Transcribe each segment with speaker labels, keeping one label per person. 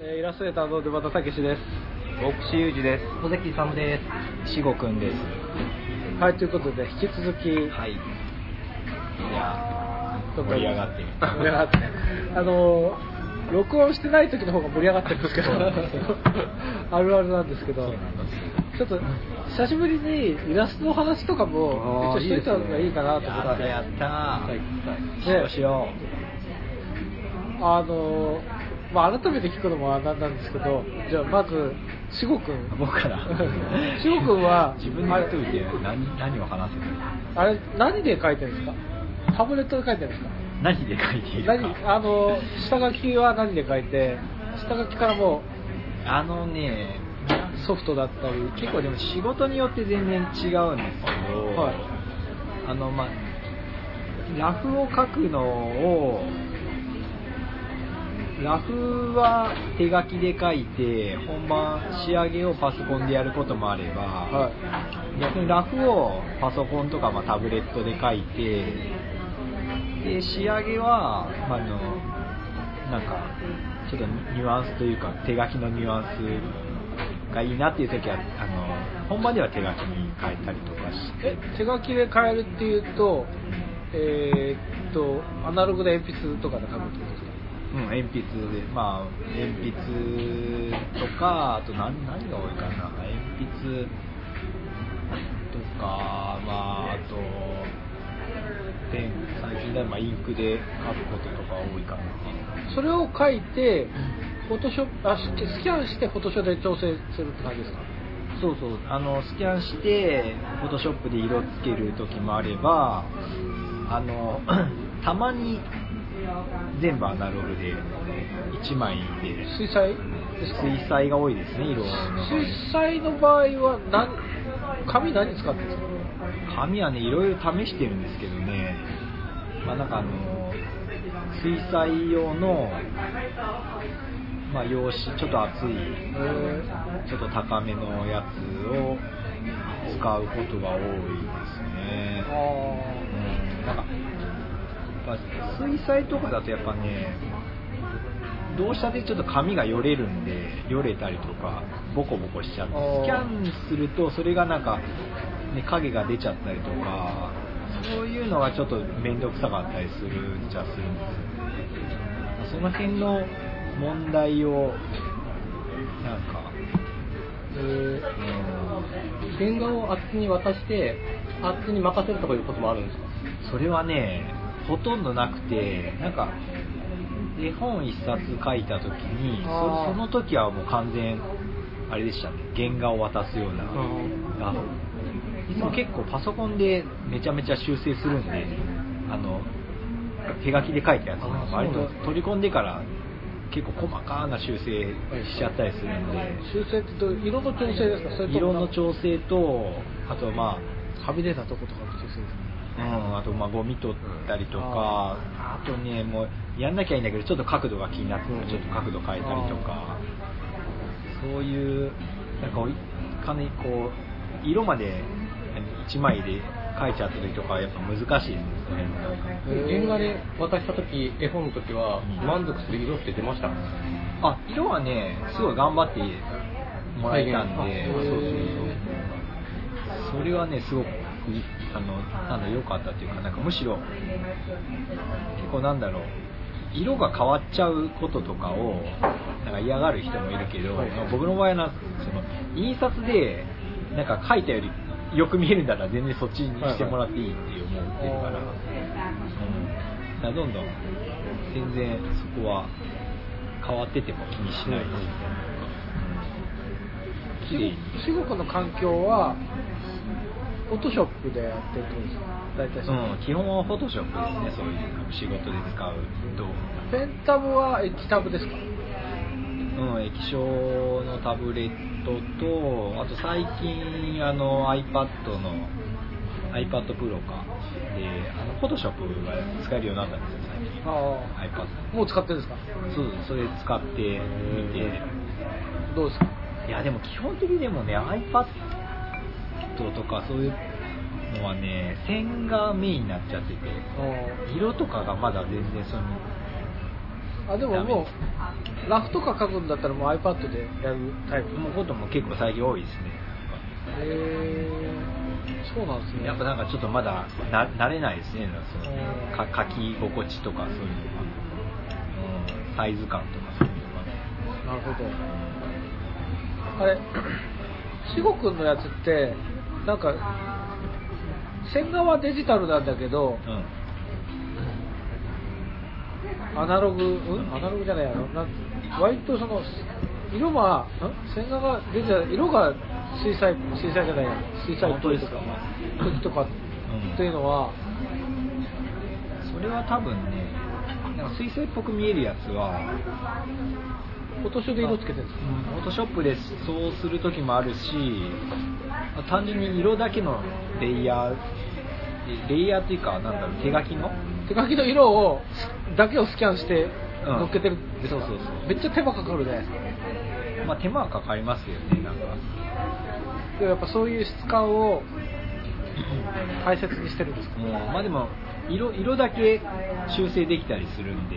Speaker 1: えーイラストレーターの沼田武史です。
Speaker 2: ボクシユージです。
Speaker 3: 小関さんです。しごくんです。
Speaker 1: はい、ということで、引き続き、
Speaker 3: はい。いや
Speaker 1: ど
Speaker 3: ー、
Speaker 1: っか
Speaker 3: 盛
Speaker 1: に
Speaker 3: り上がってる。
Speaker 1: 盛り上がって。あのー、録音してない時の方が盛り上がってるんですけど
Speaker 3: そうなんですよ、
Speaker 1: あるあるなんですけど、ちょっと、久しぶりにイラストの話とかも、
Speaker 2: あ
Speaker 1: 一
Speaker 2: ー
Speaker 1: 応しといた方がいいかなと思
Speaker 3: や
Speaker 1: っ、
Speaker 3: ってたやった
Speaker 1: い
Speaker 3: ー。しようしよ
Speaker 1: あのー、まあ改めて聞くのもあれなんですけど、じゃあまず、しごくん
Speaker 3: う。。僕から。
Speaker 1: しごくんは、
Speaker 3: 自分で言っといて何何を話すの
Speaker 1: あれ、何で書いてるんですかタブレットで書いてるんですか
Speaker 3: 何で書いている
Speaker 1: 何
Speaker 3: か
Speaker 1: あの下書きは何で書いて下書きからも
Speaker 3: あのね
Speaker 1: うソフトだったり
Speaker 3: 結構でも仕事によって全然違うんですけど、
Speaker 1: はい
Speaker 3: あのまあラフを書くのをラフは手書きで書いて本番仕上げをパソコンでやることもあれば、
Speaker 1: は
Speaker 3: 逆にラフをパソコンとかまあタブレットで書いてで仕上げはまああのなんかちょっとニュアンスというか手書きのニュアンスがいいなっていう時はあの本場では手書きに変えたりとかして
Speaker 1: え手書きで変えるっていうとえーっとアナログで鉛筆とかで書くってことですか
Speaker 3: うん、鉛筆で、まあ、鉛筆とか、あと何何が多いかな、鉛筆とか、まあ、あと、ペン、最近だとまあインクで書くこととか多いかな。
Speaker 1: それを書いてフォトショップあスキスキャンしてフォトショーで調整するって感じですか
Speaker 3: そうそう、あの、スキャンして、フォトショップで色つける時もあれば、あの、 たまに全部アナログで、1枚で、
Speaker 1: 水彩ですか
Speaker 3: 水彩が多いですね、色の
Speaker 1: 水彩の場合は何紙何使ってるんですか
Speaker 3: 紙はねいろいろ試してるんですけどねまあなんかあの水彩用のまあ用紙ちょっと厚い
Speaker 1: え
Speaker 3: ちょっと高めのやつを使うことが多いですね
Speaker 1: ーあー
Speaker 3: うんなんかやっぱ水彩とかだとやっぱねどうしたってちょっと紙がよれるんでよれたりとかボコボコしちゃって
Speaker 1: あー
Speaker 3: スキャンするとそれがなんか、ね、影が出ちゃったりとかそういうのがちょっと面倒くさかったりするっちゃするんですよその辺の問題をなんか、
Speaker 1: えー
Speaker 4: 原画をあっちに渡してあっちに任せるとかいうこともあるんですか
Speaker 3: それはねほとんどなくてなんか絵本一冊書いた時に
Speaker 1: あー
Speaker 3: そその時はもう完全あれでしたね原画を渡すような、あのいつも結構パソコンでめちゃめちゃ修正するんであの手書きで書いたやつなんか割と取り込んでから結構細かな修正しちゃったりするんで、
Speaker 1: 修正ってどう色の調整ですかそれとも
Speaker 3: 色の調整とあとまあ
Speaker 1: はみ出たとことかの調整ですか
Speaker 3: うん、あとまあゴミ取ったりとか、あとねもうやんなきゃいいんだけどちょっと角度が気になってたらちょっと角度変えたりとか、そういうなんかおいかなりこう色まで1枚で描いちゃった時とかはやっぱ難しいですねそれもなんか
Speaker 4: 原画で渡した時絵本の時は満足する色って出ました
Speaker 3: あ色はねすごい頑張ってもらえたんで
Speaker 4: 再現あそうそう
Speaker 3: それはねすごくいいあのなんだ良かったっていうかなんかむしろ結構なんだろう色が変わっちゃうこととかをなんか嫌がる人もいるけど、僕の場合はなその印刷でなんか書いたよりよく見えるんだったら全然そっちにしてもらっていいって思ってるから、うん、だからどんどん全然そこは変わってても気にしないです、うん綺麗に
Speaker 1: 中国の環境はフォトショップでやってるってことですか大体そうの、
Speaker 3: ん、基本はフォトショップですねそういう仕事で使う道
Speaker 1: ペンタブは液タブですか
Speaker 3: 具、うん、液晶のタブレットとあと最近あの iPad の iPad Pro かであのフォトショップが使えるようになったんですよ最近
Speaker 1: あ
Speaker 3: iPad
Speaker 1: あもう使ってるんですか
Speaker 3: そうそれ使ってみて
Speaker 1: どうですか
Speaker 3: いやでも基本的にでもね iPad とかそういうのはね線がメインになっちゃってて色とかがまだ全然その
Speaker 1: ああでももうラフとか書くんだったらもう iPad でやるタイプ
Speaker 3: もうことも結構最近多いですね
Speaker 1: へえそうなんですね
Speaker 3: やっぱなんかちょっとまだな慣れないですねそのか書き心地とかそういうのが、うん、サイズ感とかそういうのがね
Speaker 1: なるほどあれしごくんのやつってなんか線画はデジタルなんだけどアナログうんアナログじゃないやろなん割とその色はん線画がデジタル色が小さい小さいじゃないや小さい
Speaker 3: 本当で
Speaker 1: 時
Speaker 3: す
Speaker 1: と
Speaker 3: か
Speaker 1: か時とかっていうのは、
Speaker 3: うん、それは多分ねなんか水星っぽく見えるやつは
Speaker 1: フォトショーで色つけてるんですか
Speaker 3: うんフォトショップでそうする時もあるし単純に色だけのレイヤーレイヤーっていうかなんだろう手書きの
Speaker 1: 手書きの色をだけをスキャンして
Speaker 3: うん
Speaker 1: 乗っけてるんですか、
Speaker 3: そうそうそう
Speaker 1: めっちゃ手間かかるじゃないですか
Speaker 3: まあ手間はかかりますよねなんか
Speaker 1: でもやっぱそういう質感を大切にしてるんですか
Speaker 3: もうまあでも色色だけ修正できたりするんで、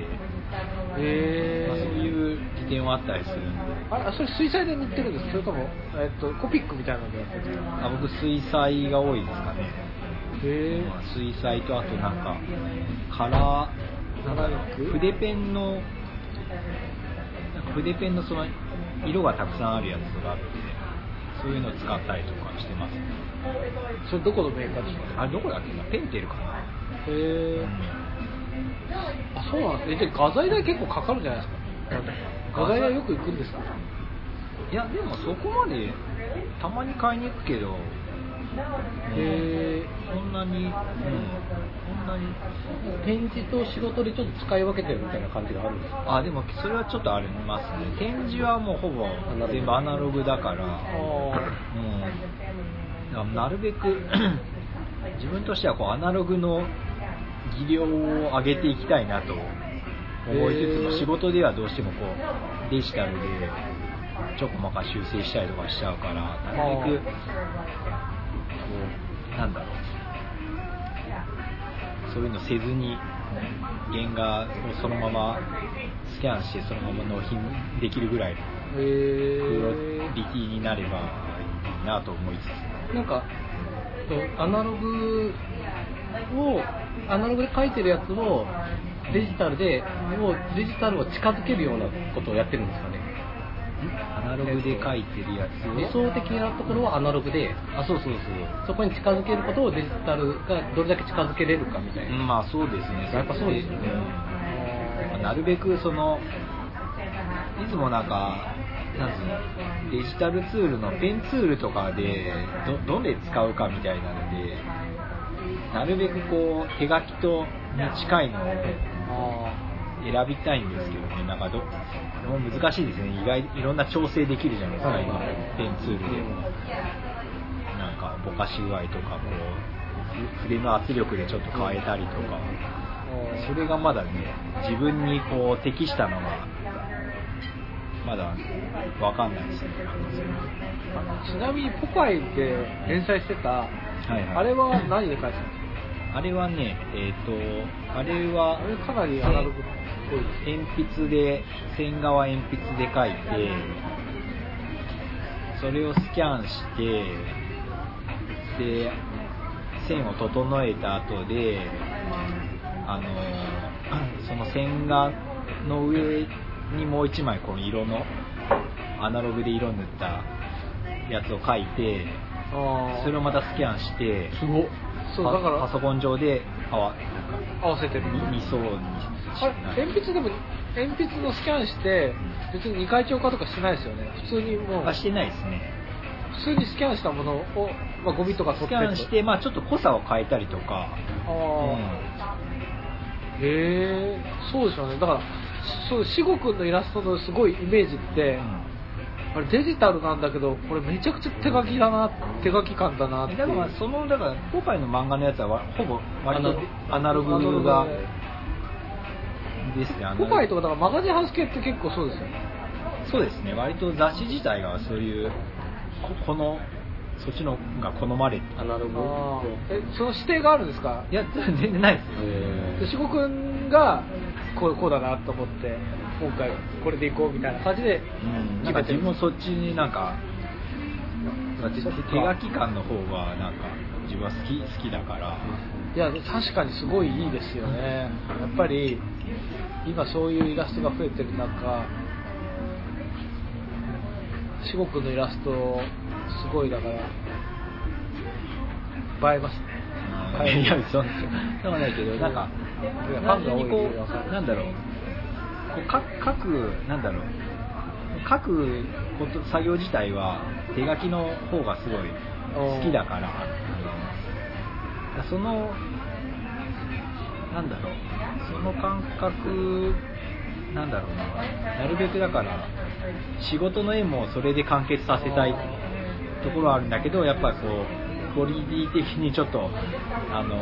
Speaker 1: へ
Speaker 3: まあ、そう
Speaker 1: う
Speaker 3: いう利点はあったりするんで
Speaker 1: あそれ水彩で塗ってるんですかそれとも、えっと、コピックみたいなのでやってるんですか
Speaker 3: あ僕水彩が多いですかね、
Speaker 1: へ
Speaker 3: まあ水彩とあとなんかカラーなんだろう筆ペンのなんか筆ペンのその色がたくさんあるやつがあってそういうのを使ったりとかしてます
Speaker 1: それどこのメーカーですか
Speaker 3: あれどこだっけなペンテルかな
Speaker 1: へえあそうなんですねで画材代結構かかるじゃないですか画材代よく行くんですか
Speaker 3: いやでもそこまでたまに買いに行くけど
Speaker 1: へ
Speaker 3: そんなに、うん、そんなに
Speaker 4: 展示と仕事でちょっと使い分けてるみたいな感じがあるんですか
Speaker 3: あでもそれはちょっとありますね展示はもうほぼ全部アナログだから
Speaker 1: あ
Speaker 3: うんだからなるべく 自分としてはこうアナログの技量を上げていきたいなと思いつつも
Speaker 1: へー
Speaker 3: 仕事ではどうしてもこうデジタルでちょこまか修正したりとかしちゃうからなるべくこうなんだろうそういうのせずに原画をそのままスキャンしてそのまま納品できるぐらいの
Speaker 1: へ
Speaker 3: クオリ
Speaker 1: え
Speaker 3: ティになればいいなと思いつつ
Speaker 4: なんかアナログをアナログで書いてるやつをデジタルでもうデジタルを近づけるようなことをやってるんですかね
Speaker 3: アナログで書いてるやつを
Speaker 4: 理想的なところはアナログで
Speaker 3: あそうそう
Speaker 4: そこに近づけることをデジタルがどれだけ近づけれるかみた
Speaker 3: そう
Speaker 4: いな、
Speaker 3: うんまあそうですね
Speaker 4: やっぱそうですよね
Speaker 3: まあなるべくそのいつもなんかなんつうのデジタルツールのペンツールとかでどどれ使うかみたいなのでなるべくこう手書きとに近いのを
Speaker 1: あ
Speaker 3: 選びたいんですけどねなんかどでも難しいですね意外いろんな調整できるじゃないですか
Speaker 4: はい
Speaker 3: 今ペンツールでもなんかぼかし具合とかこう筆の圧力でちょっと変えたりとか
Speaker 1: あ
Speaker 3: それがまだね自分にこう適したのがまだわかんないですねなんかそれ
Speaker 1: ちなみにポカイで連載してた、
Speaker 3: いはい
Speaker 1: あれは何で書いてたんですか
Speaker 3: あれはねえっ、とあれは
Speaker 1: あれかなりアナログっぽいですね
Speaker 3: 鉛筆で線画は鉛筆で書いてそれをスキャンしてで線を整えた後であの その線画の上にもう一枚この色のアナログで色塗ったやつを書いて
Speaker 1: あ
Speaker 3: それをまたスキャンして
Speaker 1: すごそう
Speaker 3: パ
Speaker 1: だから
Speaker 3: パソコン上で合わ
Speaker 1: 合わせてる
Speaker 3: に二層に
Speaker 1: あれ鉛筆でも鉛筆のスキャンして別に二回強化とかしてないですよね普通にもう
Speaker 3: あしてないですね
Speaker 1: 普通にスキャンしたものを、まあ、ゴミとか取
Speaker 3: ス
Speaker 1: っ
Speaker 3: キ
Speaker 1: て
Speaker 3: ャンして、まあ、ちょっと濃さを変えたりとか、
Speaker 1: あ
Speaker 3: うん
Speaker 1: あ、へえそうでしょうねだからそうしごくんのイラストのすごいイメージって、あれデジタルなんだけどこれめちゃくちゃ手書きだな手書き感だなってい
Speaker 3: え
Speaker 1: う
Speaker 3: だからそのだから今回の漫画のやつはわほぼ割と
Speaker 4: ア
Speaker 3: アナログ
Speaker 1: ア
Speaker 3: が
Speaker 1: ナログで
Speaker 3: ですねあの
Speaker 1: ポパイとかだからマガジンハウス系って結構そうですよね
Speaker 3: そうですね割と雑誌自体がそういうここのそっちのが好まれて
Speaker 4: アナログ
Speaker 1: あーえその指定があるんですか
Speaker 3: いや全然ないですよ
Speaker 1: で志く君がこうこうだなと思って今回これでいこうみたいな感じで
Speaker 3: うん
Speaker 1: 決
Speaker 3: なんか
Speaker 1: めて
Speaker 3: 自
Speaker 1: る
Speaker 3: 分もそっちになんかなんか手手書き感の方がなんか自分は好き好きだから、
Speaker 1: いや確かにすごいいいですよねやっぱり今そういうイラストが増えてる中志くんのイラストすごいだから映えますね
Speaker 3: うんいやそんでもないけどなんか
Speaker 1: いやフ
Speaker 3: 単
Speaker 1: ァンが多
Speaker 3: 純に
Speaker 1: い
Speaker 3: こ
Speaker 1: 理由わかる
Speaker 3: うなんだろうこうか書くなんだろう書くこと作業自体は手書きの方がすごい好きだからあのそのなんだろうその感覚なんだろうななるべくだから仕事の縁もそれで完結させたいところはあるんだけどやっぱこうクオリティ的にちょっとあの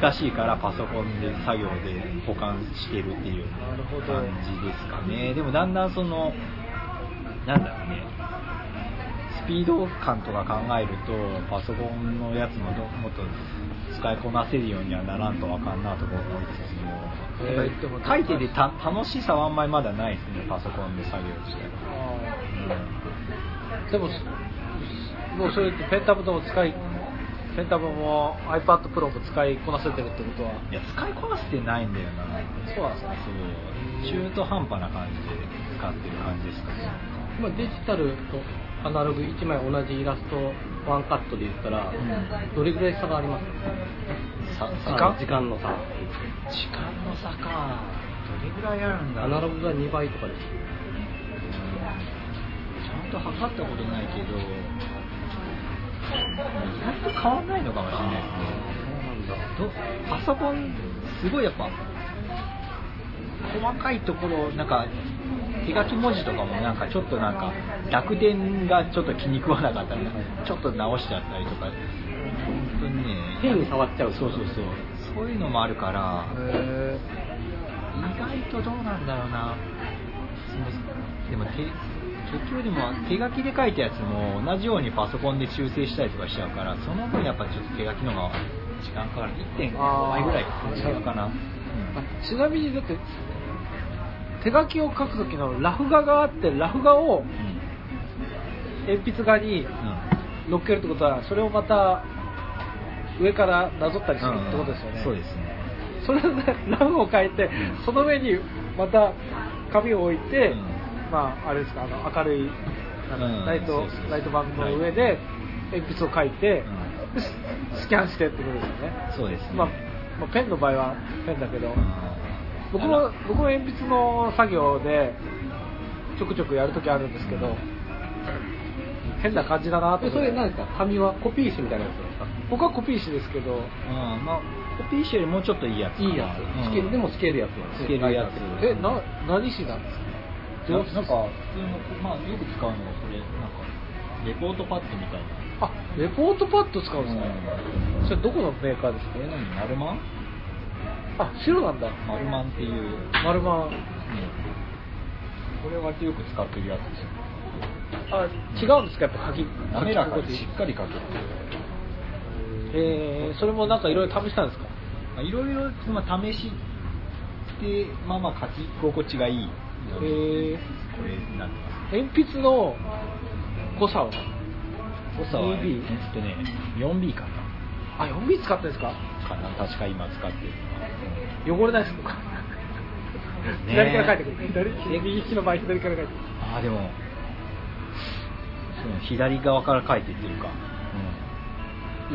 Speaker 3: 難しいからパソコンで作業で保管してるっていう
Speaker 1: なるほど
Speaker 3: 感じですかねでもだんだんそのなんだろうねスピード感とか考えるとパソコンのやつもどもっと使いこなせるようにはならんとあかんなとか思いつつも、
Speaker 1: えー
Speaker 3: やっぱり
Speaker 1: でも
Speaker 3: 書いててた楽しさはあんまりまだないですねパソコンで作業して、
Speaker 1: あ
Speaker 3: う
Speaker 1: ーでももうそうやってペンタブとも使いペンタブも iPad Pro も使いこなせてるってことは
Speaker 3: ん、いや使いこなせてないんだよな
Speaker 1: そうなんですね
Speaker 3: そう中途半端な感じで使ってる感じですかね
Speaker 4: まあ、デジタルとアナログ1枚同じイラストワンカットで言ったら、
Speaker 3: ん
Speaker 4: どれぐらい差があります
Speaker 3: さ
Speaker 4: あの
Speaker 3: 差
Speaker 4: 時間の差
Speaker 3: 時間の差かどれぐらいあるんだ
Speaker 4: ア
Speaker 3: ろ
Speaker 4: ナ
Speaker 3: う
Speaker 4: ログが2倍とかです
Speaker 3: ちゃんと測ったことないけど、意外と変わんないのかもしれないですね。どパソコン、すごいやっぱ、細かいところ、なんか、手書き文字とかもなんかちょっとなんか濁点がちょっと気に食わなかったりちょっと直しちゃったりとか本当にね
Speaker 4: 変に触っちゃう
Speaker 3: そうそうそうそういうのもあるから
Speaker 1: へ
Speaker 3: 意外とどうなんだろうなでも手結局でも手書きで書いたやつも同じようにパソコンで修正したりとかしちゃうからその分やっぱちょっと手書きの方が時間かかる1.5倍ぐらい違うかな、うん
Speaker 1: ちなみにだって手書きを書く時のラフ画があってラフ画を鉛筆画に乗っけるってことはそれをまた上からなぞったりするってことですよね、
Speaker 3: そうですね
Speaker 1: それでラフを書いてその上にまた紙を置いて、
Speaker 3: うん
Speaker 1: まああれですかあの明るいあの
Speaker 3: うん
Speaker 1: ライト
Speaker 3: そうそうそう
Speaker 1: ライトバンクの上で鉛筆を書いて、でススキャンしてってことですよね
Speaker 3: そうですね、
Speaker 1: まあ、まあペンの場合はペンだけど、
Speaker 3: うん
Speaker 1: 僕
Speaker 3: あ
Speaker 1: も
Speaker 3: ら
Speaker 1: 僕も鉛筆の作業でちょくちょくやるときあるんですけど変な感じだなと
Speaker 4: で
Speaker 1: 思っ
Speaker 4: それ
Speaker 1: て
Speaker 4: なんですか紙はコピー紙みたいなやつですか
Speaker 1: 僕はコピー紙ですけど
Speaker 3: うんまあコピー紙よりもうちょっといいやつかない
Speaker 4: いや
Speaker 3: うん
Speaker 4: つスケールでもスケールやつなんです
Speaker 3: スケールやつ
Speaker 1: えな何紙なんですか
Speaker 3: ななんか普通の、まあ、よく使うのがこれなんかレポートパッドみたいな
Speaker 1: あレポートパッド使うんですね、それどこのメーカーですか
Speaker 3: これ何マルマン
Speaker 1: あ白なんだ
Speaker 3: マルマンっていう、
Speaker 1: 丸マン
Speaker 3: これ割とよく使ってるやつですよ
Speaker 1: あ違うんですかやっぱ書き
Speaker 3: 滑らか
Speaker 1: 書き
Speaker 3: で
Speaker 1: 心
Speaker 3: し
Speaker 1: 地
Speaker 3: っかり書ける
Speaker 1: えー、それもなんかいろいろ試したんですか
Speaker 3: まあいろいろ、まあ、試してまあまあ書き心地がいいの
Speaker 1: え
Speaker 3: に
Speaker 1: ー、
Speaker 3: これになってま
Speaker 1: 鉛筆の誤差は
Speaker 3: す誤差は
Speaker 1: 2B
Speaker 3: えっとね 4B か
Speaker 1: あ 4B 使ってんですか
Speaker 3: なかな確か今使ってるのは
Speaker 1: 汚れないですか
Speaker 3: ねえ
Speaker 1: 左から書いてくる左右利きの場合左から書いてくる
Speaker 3: ああでもそう左側から書いてっていうか、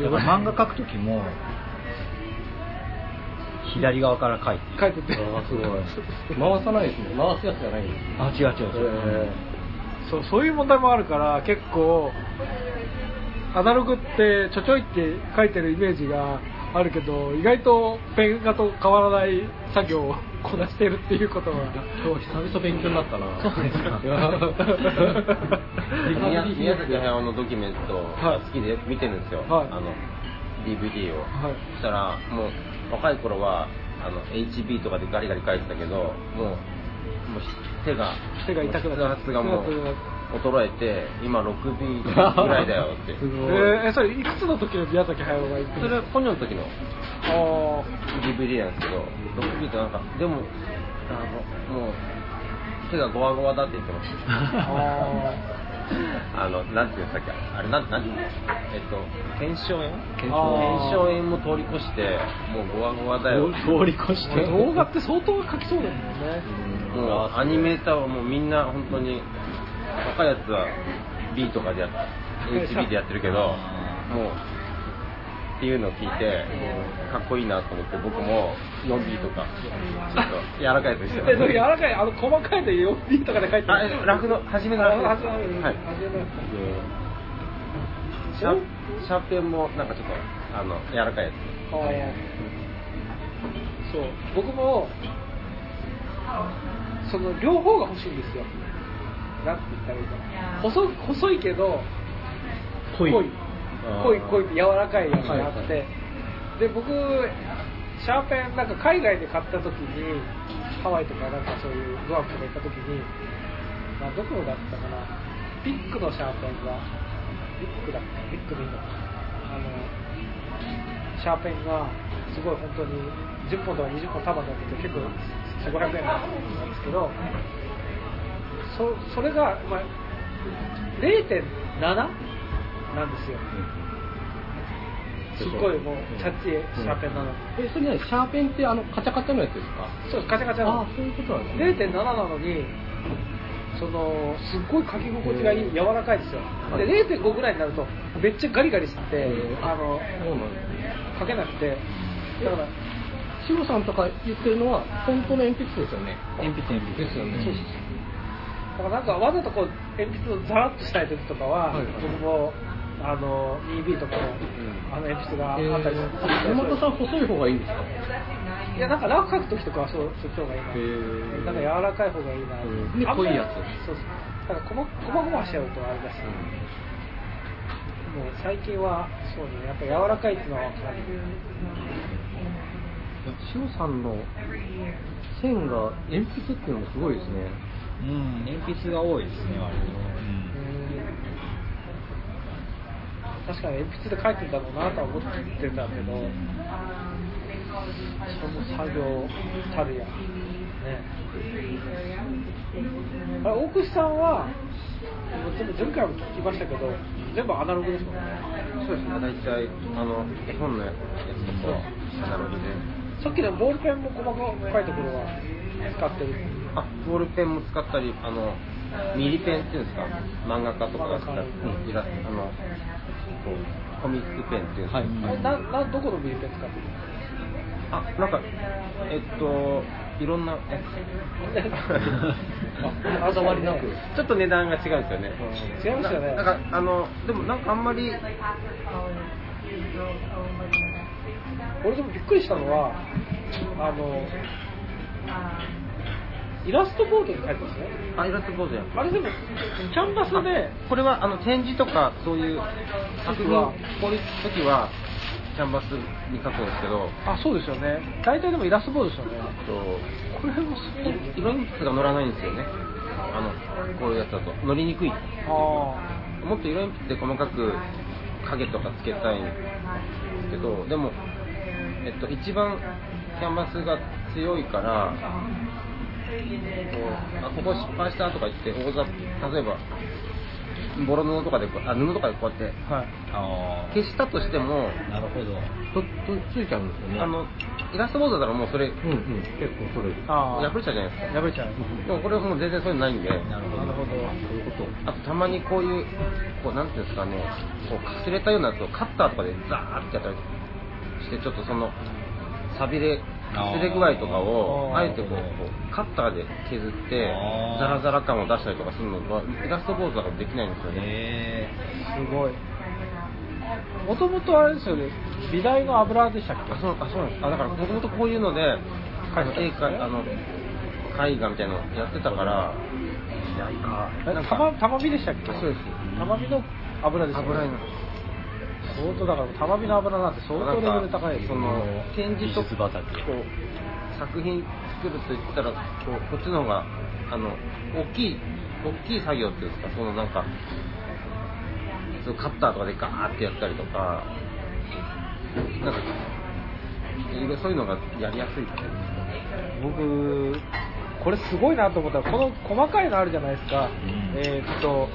Speaker 3: うん、だから漫画描く時も左側から書いてる
Speaker 1: 書いてて
Speaker 4: あーすごい回さないですね回すやつじゃないんです
Speaker 3: あ違う違う違う、
Speaker 1: そうそういう問題もあるから結構アナログってちょちょいって書いてるイメージがあるけど意外とペン画と変わらない作業をこなしてるっていうことは
Speaker 4: 今日久々勉強になったな
Speaker 3: そうですか
Speaker 4: いや
Speaker 2: 宮宮崎駿のドキュメントが好きでよく見てるんですよ、
Speaker 1: はい
Speaker 2: あの DVD を、
Speaker 1: はい
Speaker 2: そしたらもう若い頃は
Speaker 4: あの HB とかでガリガリ書いてたけどもうもう手が
Speaker 1: 手が痛くなっちゃう
Speaker 4: 筆圧がもう
Speaker 1: 手が痛
Speaker 4: 衰えて今 6B ぐらいだよ って
Speaker 1: えーえそれいくつの時の宮崎駿が言って
Speaker 4: それはポニョの時の
Speaker 1: あ
Speaker 4: DVD なんですけど 6B ってなんかでもあのもう手がゴワゴワだって言ってまし
Speaker 1: ー
Speaker 4: た
Speaker 1: あー
Speaker 4: あの、なんていうんですかっけ、あれ、なん、なんていうんですか、えっと、腱鞘炎。
Speaker 1: 腱
Speaker 4: 腱
Speaker 1: 鞘炎
Speaker 4: 鞘炎も通り越して、もうゴワゴワだよ。
Speaker 3: 通り越して
Speaker 1: 動画って相当書きそうだもんね
Speaker 4: もうアニメーターはもうみんな本当に。若いやつは B とかでやっ HB でやってるけど、もう。っていうのを聞いて、かっこいいなと思って、僕も 4B とか、ちょっと柔らかいやつにして ま
Speaker 1: え
Speaker 4: す
Speaker 1: それ柔らかいあの細かいの 4D とかで書いて
Speaker 4: あえ楽の初めの楽の
Speaker 1: あ初めの
Speaker 4: はい
Speaker 1: 初めの
Speaker 4: シャシャーペンもなんかちょっとあの柔らかいやつ
Speaker 1: あーそう僕もその両方が欲しいんですよなんて言ったらいいかな細細いけど
Speaker 5: 濃い
Speaker 1: 濃い
Speaker 4: あー
Speaker 1: 濃い濃いって柔らかいやつがあって、
Speaker 5: はいは
Speaker 1: で僕シャーペンなんか海外で買った時にハワイとかなんかそういうグアムとか行った時に、まあ、どこだったかなピックのシャーペンがビックだっけビックでいいのかあのシャーペンがすごい本当に10本とか20本束になってて結構4500円なんですけどそそれが、まあ、0.7なんですよ、すっごいもうチャッチーシャーペンなの、
Speaker 5: えそれねシャーペンってあのカチャカチャのやつですか
Speaker 1: そうですカチャカチャなの
Speaker 5: あそういうことなんですね
Speaker 1: 0.7なのにそのすっごい書き心地がいい柔らかいですよで0.5ぐらいになるとめっちゃガリガリしててあの
Speaker 5: そうなんです
Speaker 1: 書けなくてだから
Speaker 5: シロさんとか言ってるのは本当の鉛筆ですよね
Speaker 3: 鉛筆鉛筆
Speaker 5: ですよね
Speaker 3: うん
Speaker 1: だからなんかわざとこう鉛筆をザラッとしたい時とかは、
Speaker 5: はいはい
Speaker 1: 僕もあの 2B とかの,、あの鉛筆があったりするんですけど
Speaker 5: 山本さん細い方がいいんですか
Speaker 1: いやなんかラフ書くときとかはそうそっちの方がいいな、
Speaker 5: へー
Speaker 1: なんか柔らかい方がいいな、
Speaker 5: うんで
Speaker 1: あんまり
Speaker 5: 濃いやつ
Speaker 1: そうそうだからこまこまごましちゃうとあれだし、もう最近はそうねやっぱ柔らかいっていうのは分かる
Speaker 5: シロさんの線が鉛筆っていうのもすごいですね
Speaker 3: うん鉛筆が多いですね割と、
Speaker 1: 確かに鉛筆で書いてんだろうなとは思ってんだけどその作業たるやねあれ大串さんはもう全部前回も聞きましたけど全部アナログですもんね
Speaker 4: そうですね、大体、あの、絵本のやつとか、アナログで。
Speaker 1: さっきのボールペンも細かく書いてくるわ使ってる
Speaker 4: あ、ボールペンも使ったり、あの、ミリペンっていうんですか、漫画家とかが使った
Speaker 1: うん
Speaker 4: イラスト、あの、こうコミックペンっていうんですか、
Speaker 3: はい
Speaker 1: えななどこのミリペン使ってる
Speaker 4: あ、なんか、えっと、いろんなやつ。
Speaker 1: ああざわりなく
Speaker 4: ちょっと値段が違うんですよね。
Speaker 1: 違いますよね
Speaker 4: ななんか、あの、でもなんかあんまり、
Speaker 1: 俺でもびっくりしたのはあのイラストボードに書いてますね
Speaker 4: あ、イラストボードやん。
Speaker 1: あれでもキャンバスで
Speaker 4: これはあの展示とかそういう作品
Speaker 1: は
Speaker 4: こういう時はキャンバスに書くんですけど
Speaker 1: あそうですよね大体でもイラストボードですよね
Speaker 4: え
Speaker 1: これもすごい
Speaker 4: っと色鉛筆が乗らないんですよねあのこういうやつだと乗りにくい
Speaker 1: あ
Speaker 4: もっと色鉛筆で細かく影とかつけたいんですけどでも、えっと、一番キャンバスが強いからこうあここ失敗したとか言って大雑例えばボロ布とかでこうあ布とかでこうやって
Speaker 1: あはい
Speaker 3: あ
Speaker 4: 消したとしても
Speaker 3: あなるほど
Speaker 5: ととついちゃうんですよね
Speaker 4: あのイラストボードだからもうそれ
Speaker 5: うんうん結構それ
Speaker 1: あ
Speaker 4: 破れちゃうじゃないで
Speaker 1: 破
Speaker 4: す
Speaker 1: れちゃう
Speaker 4: かでもこれはもう全然そういうのないんで
Speaker 3: なるほど
Speaker 1: なるほど
Speaker 5: そういうこと
Speaker 4: あとたまにこういうこうなんていうんですかねこうかすれたようなやつをカッターとかでザーってやったりしてちょっとそのさびれかすれ具合とかを
Speaker 1: あー
Speaker 4: あえてこうこうカッターで削って
Speaker 3: あー
Speaker 4: ザラザラ感を出したりとかするのはイラストボードだからできないんですよね
Speaker 3: へ
Speaker 1: すごいもともとあれですよね美大の油でしたっけ
Speaker 4: あそうあそうなんですあだからもともとこういうのであの絵かあの絵画みたいなのやってたからないか
Speaker 1: え
Speaker 4: なん
Speaker 1: た
Speaker 4: か
Speaker 1: またまびでしたっけ
Speaker 4: そうです
Speaker 1: たまびの油ですよね
Speaker 4: 油絵の
Speaker 1: 相当だからたまびの油なんて相当レベル高いです
Speaker 4: そ
Speaker 1: よ
Speaker 4: の展示と
Speaker 3: 技術畑
Speaker 4: こう作品作ると言ったらこうこっちの方があの大きい大きい作業っていうんですかそのなんかそのカッターとかでガーってやったりとかなんかそういうのがやりやすいっていうんですか
Speaker 1: 僕これすごいなと思ったのこの細かいのあるじゃないですか、
Speaker 6: ん
Speaker 1: えーっと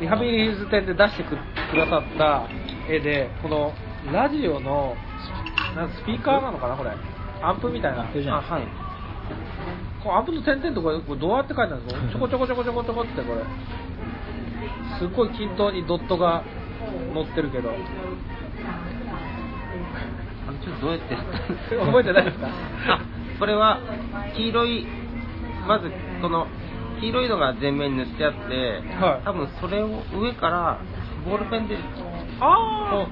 Speaker 1: リハビリ技術展で出してくくださった絵でこのラジオのなんスピーカーなのかなこれアンプみたいな
Speaker 6: アンプじゃん
Speaker 1: あはいこのアンプの点々とかこれどうやって書いてあるんですかちょこちょこちょこちょこちょこってこれすっごい均等にドットが乗ってるけど
Speaker 4: あれちょっとどうやってやったんですか
Speaker 1: 覚えてないですか
Speaker 4: あこれは黄色いまずこの黄色いのが全面に塗ってあって、
Speaker 1: はい
Speaker 4: 多分それを上からボールペンでこ
Speaker 1: ああ
Speaker 4: う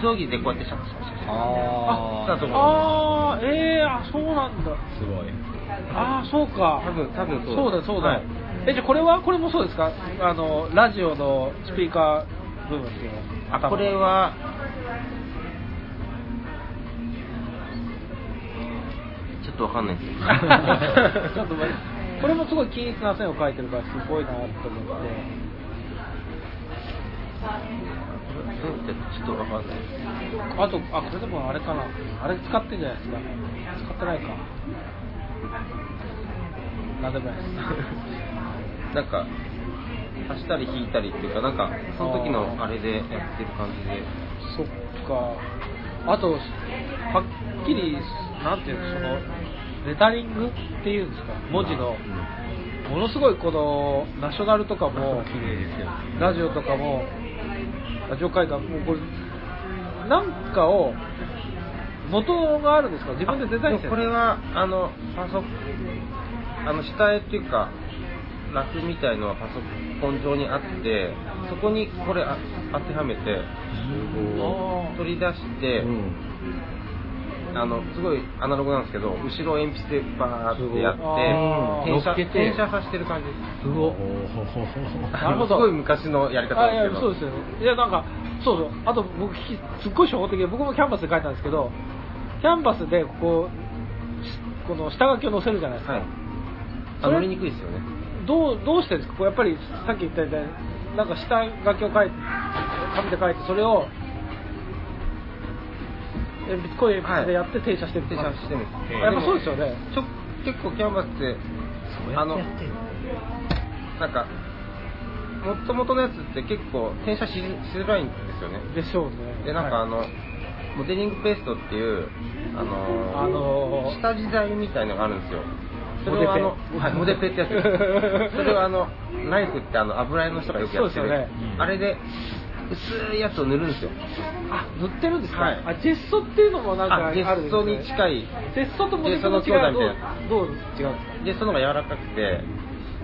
Speaker 4: 定規でこうやってシャッシャッシャッシャッ
Speaker 6: あ
Speaker 4: だと思う
Speaker 1: あーえー、あそうなんだ
Speaker 6: すごい
Speaker 1: ああそうか
Speaker 4: 多分多分そう
Speaker 1: そうだそうだ、
Speaker 4: はい
Speaker 1: えじゃあこれはこれもそうですかあのラジオのスピーカー部分っていうの
Speaker 4: あ
Speaker 1: 頭
Speaker 4: これはちょっとわかんないです
Speaker 1: ちょっと待ってこれもすごい均一な線を描いてるからすごいなと思って
Speaker 4: どうやってやったちょっとわかんないです
Speaker 1: あとあこれでもあれかなあれ使ってんじゃないですか使ってないかなんでもないです
Speaker 4: なんか足したり引いたりっていうかなんかその時のあれでやってる感じで
Speaker 1: そっか、あと、はっきり、なんていうの、その、レタリングっていうんですか、文字の、ものすごいこの、ナショナルとかも、ラジオとかも、ラジオ会館、もうこれ、なんかを、元があるんですか、自分でデザインして
Speaker 4: あでもこれ
Speaker 1: は、
Speaker 4: はあのパソあの下絵っていうかラフみたいのはパソコン上にあってそこにこれあ当てはめて
Speaker 1: あ
Speaker 4: 取り出して、あのすごいアナログなんですけど後ろを鉛筆でバーってやって
Speaker 1: すごいあー
Speaker 4: 転写
Speaker 6: 乗っけて
Speaker 4: 転写させてる感じです
Speaker 6: す ごい
Speaker 1: なるほど
Speaker 4: すごい昔のやり方
Speaker 1: あい
Speaker 4: で
Speaker 1: や
Speaker 4: すけど
Speaker 1: そうですよねいやなんかそうそうあと僕きすっごい初歩的で僕もキャンバスで書いたんですけどキャンバスでここしこの下書きを載せるじゃないですか、
Speaker 4: はいあ
Speaker 1: それ
Speaker 4: 乗りにくいですよね
Speaker 1: どうどうしてるんですかこうやっぱりさっき言ったみたいになんか下書きを書いて紙で書いてそれを鉛筆こういう鉛筆でやって停車してる
Speaker 4: 転写してるんです
Speaker 1: やっぱそうですよね
Speaker 4: ちょ結構キャンバスってあのなんかもともとのやつって結構転写ししづらいんですよね
Speaker 1: でしょうね
Speaker 4: でなんかあの、モデリングペーストっていうあのー
Speaker 1: あのー
Speaker 4: 下地材みたいのがあるんですよそ
Speaker 1: モ
Speaker 4: れ
Speaker 1: デペ
Speaker 4: をあのはいモデペ ってやつですそれをあのナイフってあの油絵の人がよくやって
Speaker 1: そう
Speaker 4: る、
Speaker 1: ですよね
Speaker 4: あれで薄いやつを塗るんですよ
Speaker 1: あ塗ってるんですか、
Speaker 4: はい
Speaker 1: あジェッソっていうのもなんかある
Speaker 4: あ
Speaker 1: ん
Speaker 4: ゲ
Speaker 1: です、ね、
Speaker 4: ストに近い
Speaker 1: ジェッソとモデルの違い
Speaker 4: ジェッソの兄弟みたい
Speaker 1: は
Speaker 4: な
Speaker 1: どうどう違うんですか
Speaker 4: でその方が柔らかくて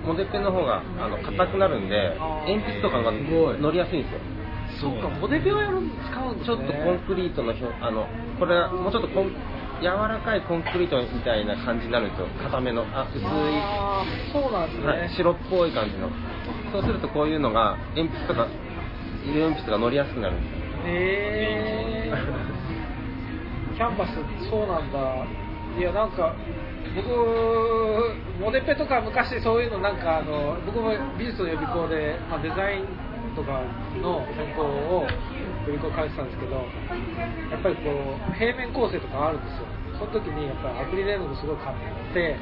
Speaker 4: モデペンの方があの硬くなるんで
Speaker 1: あー
Speaker 4: 鉛筆とかが乗りやすいんですよ
Speaker 6: そう
Speaker 1: そっかモデルをやるの使うんです
Speaker 4: ちょ
Speaker 1: ね
Speaker 4: っとコンクリートの表あのこれはもうちょっとコン柔らかいコンクリートみたいな感じになるんですよ硬めのあ薄い、は
Speaker 1: あーそうなんですね、
Speaker 4: い、白っぽい感じのそうするとこういうのが鉛筆とか色鉛筆が乗りやすくなるんですよ
Speaker 1: へーキャンバスそうなんだいやなんか僕モデペとか昔そういうのなんかあの僕も美術の予備校で、まあ、デザインとかの専攻を予備校通ってたんですけどやっぱりこう平面構成とかあるんですよその時にやっぱりアクリル絵の具すごい買って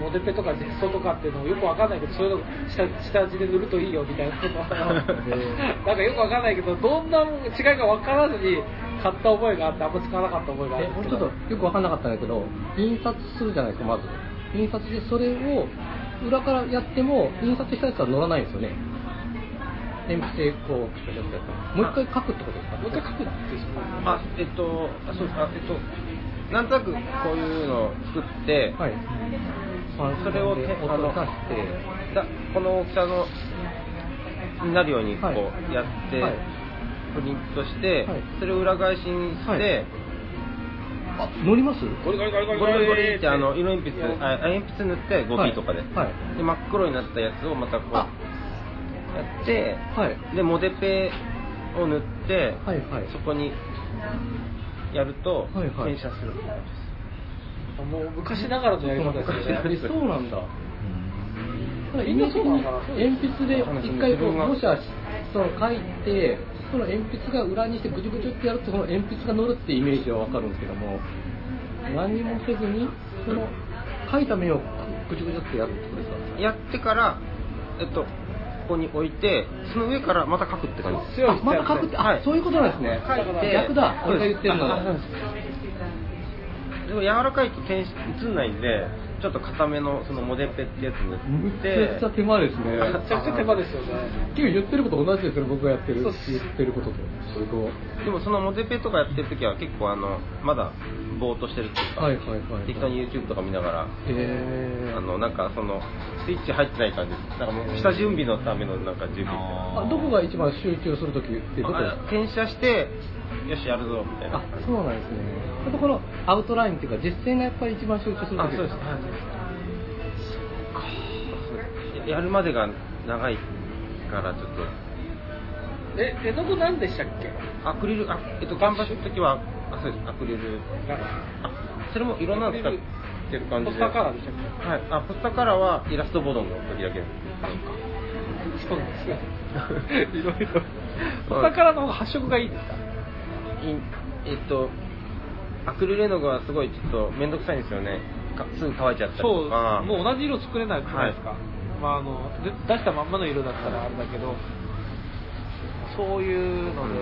Speaker 1: モデペとかジェッソとかっていうのをよくわかんないけどそういうの下下地で塗るといいよみたいなのをなんかよくわかんないけど、どんな違いかわからずに買った覚えがあって、あんま使わなかった覚えがあ
Speaker 3: え
Speaker 1: るんで
Speaker 3: 俺
Speaker 1: す
Speaker 3: ち
Speaker 1: け
Speaker 3: ょっ
Speaker 1: ど。
Speaker 3: とよく分かんなかったんだけど印刷するじゃないですかまず印刷でそれを裏からやっても印刷したやつは乗らないんですよね鉛筆でこうやってやったもう一回書くってことですか
Speaker 1: もう一回書くってしまう。
Speaker 4: あえっとあそうですあえっとなんとなくこういうのを作って、
Speaker 3: はい
Speaker 4: それを
Speaker 3: 手
Speaker 4: 手
Speaker 3: 出して
Speaker 4: あのだこの大きさのになるようにこ
Speaker 3: はいう
Speaker 4: やって、
Speaker 3: はい
Speaker 4: プリントして、
Speaker 3: はい
Speaker 4: それを裏返しにして、
Speaker 3: はいあ乗ります
Speaker 1: ゴリゴリゴリゴリ
Speaker 4: ゴリゴリってあの色鉛筆
Speaker 1: はい
Speaker 4: あ鉛筆塗って
Speaker 3: はい
Speaker 4: 5P とかで,、
Speaker 3: はい
Speaker 4: で真っ黒になったやつをまたこうや
Speaker 3: あ
Speaker 4: って
Speaker 3: はい
Speaker 4: でモデペを塗って、
Speaker 3: はいはい
Speaker 4: そこにやると
Speaker 3: はいはい
Speaker 4: 転写する、
Speaker 3: あ
Speaker 1: ともう昔ながらのやり方ですよね。
Speaker 3: そうなんだ。
Speaker 1: みんなそうなんだな
Speaker 3: 鉛筆で一回こう模写しその書いてその鉛筆が裏にしてぐちゅぐちゅってやるとその鉛筆が乗るってイメージはわかるんですけども何もせずにその書いた面をぐちゅぐちゅってやるってことですか
Speaker 4: やってから、えっと、ここに置いて、その上からまた書くって感じです。
Speaker 1: 強い
Speaker 3: あまた書くって、
Speaker 4: はい
Speaker 3: あそういうことなんですね
Speaker 4: 書いて
Speaker 3: 逆だ
Speaker 4: そう
Speaker 3: 俺が言っ
Speaker 4: です
Speaker 3: てるの
Speaker 4: あそう
Speaker 3: が
Speaker 4: ですでも柔らかいと転写映んないんで、ちょっと硬めのそのモデペってやつ
Speaker 3: む
Speaker 4: 塗
Speaker 3: っ
Speaker 4: っ
Speaker 3: ちゃくちゃ
Speaker 4: て、
Speaker 3: 手間ですね
Speaker 1: めちゃくちゃ手間ですよね。
Speaker 3: 結局言ってること同じですね僕がやってる
Speaker 1: そうっす
Speaker 3: 言ってることとそれと
Speaker 4: でもそのモデペとかやってる時は結構あの、まだぼーっとしてるっていうか、
Speaker 3: はいはいはいはい
Speaker 4: 適当に YouTube とか見ながら、
Speaker 3: へー
Speaker 4: あの、なんかその、スイッチ入ってない感じです。なんかもう下準備のためのなんか準備みたいな。
Speaker 3: あどこが一番集中するときってどこですか
Speaker 4: あ転写して、よし、やるぞ、みたいな。
Speaker 3: あそうなんですねちょっとこのアウトラインっていうか実践がやっぱり一番集中するわけ
Speaker 4: あそうですやるまでが長いからちょっと
Speaker 1: え、絵の具なんでしたっけ
Speaker 4: アクリルあえっと頑張る時はあそうですアクリルあそれもいろんなの使ってる感じ
Speaker 1: ポ
Speaker 4: で
Speaker 1: スターカラーでしたっけ
Speaker 4: はいあポスターカラーはイラストボードの時だけです
Speaker 1: そうなんですよ。 いろいろ。ポスターカラーの方が発色がいいですか
Speaker 4: いえっとアクリル絵の具はすごいちょっと面倒くさいんですよねかすぐ乾いちゃっ
Speaker 1: そ
Speaker 4: たりと
Speaker 1: う、
Speaker 4: か
Speaker 1: もう同じ色作れないじゃないですか、
Speaker 4: は
Speaker 1: まああので出したまんまの色だったらあれだけど、そういうので、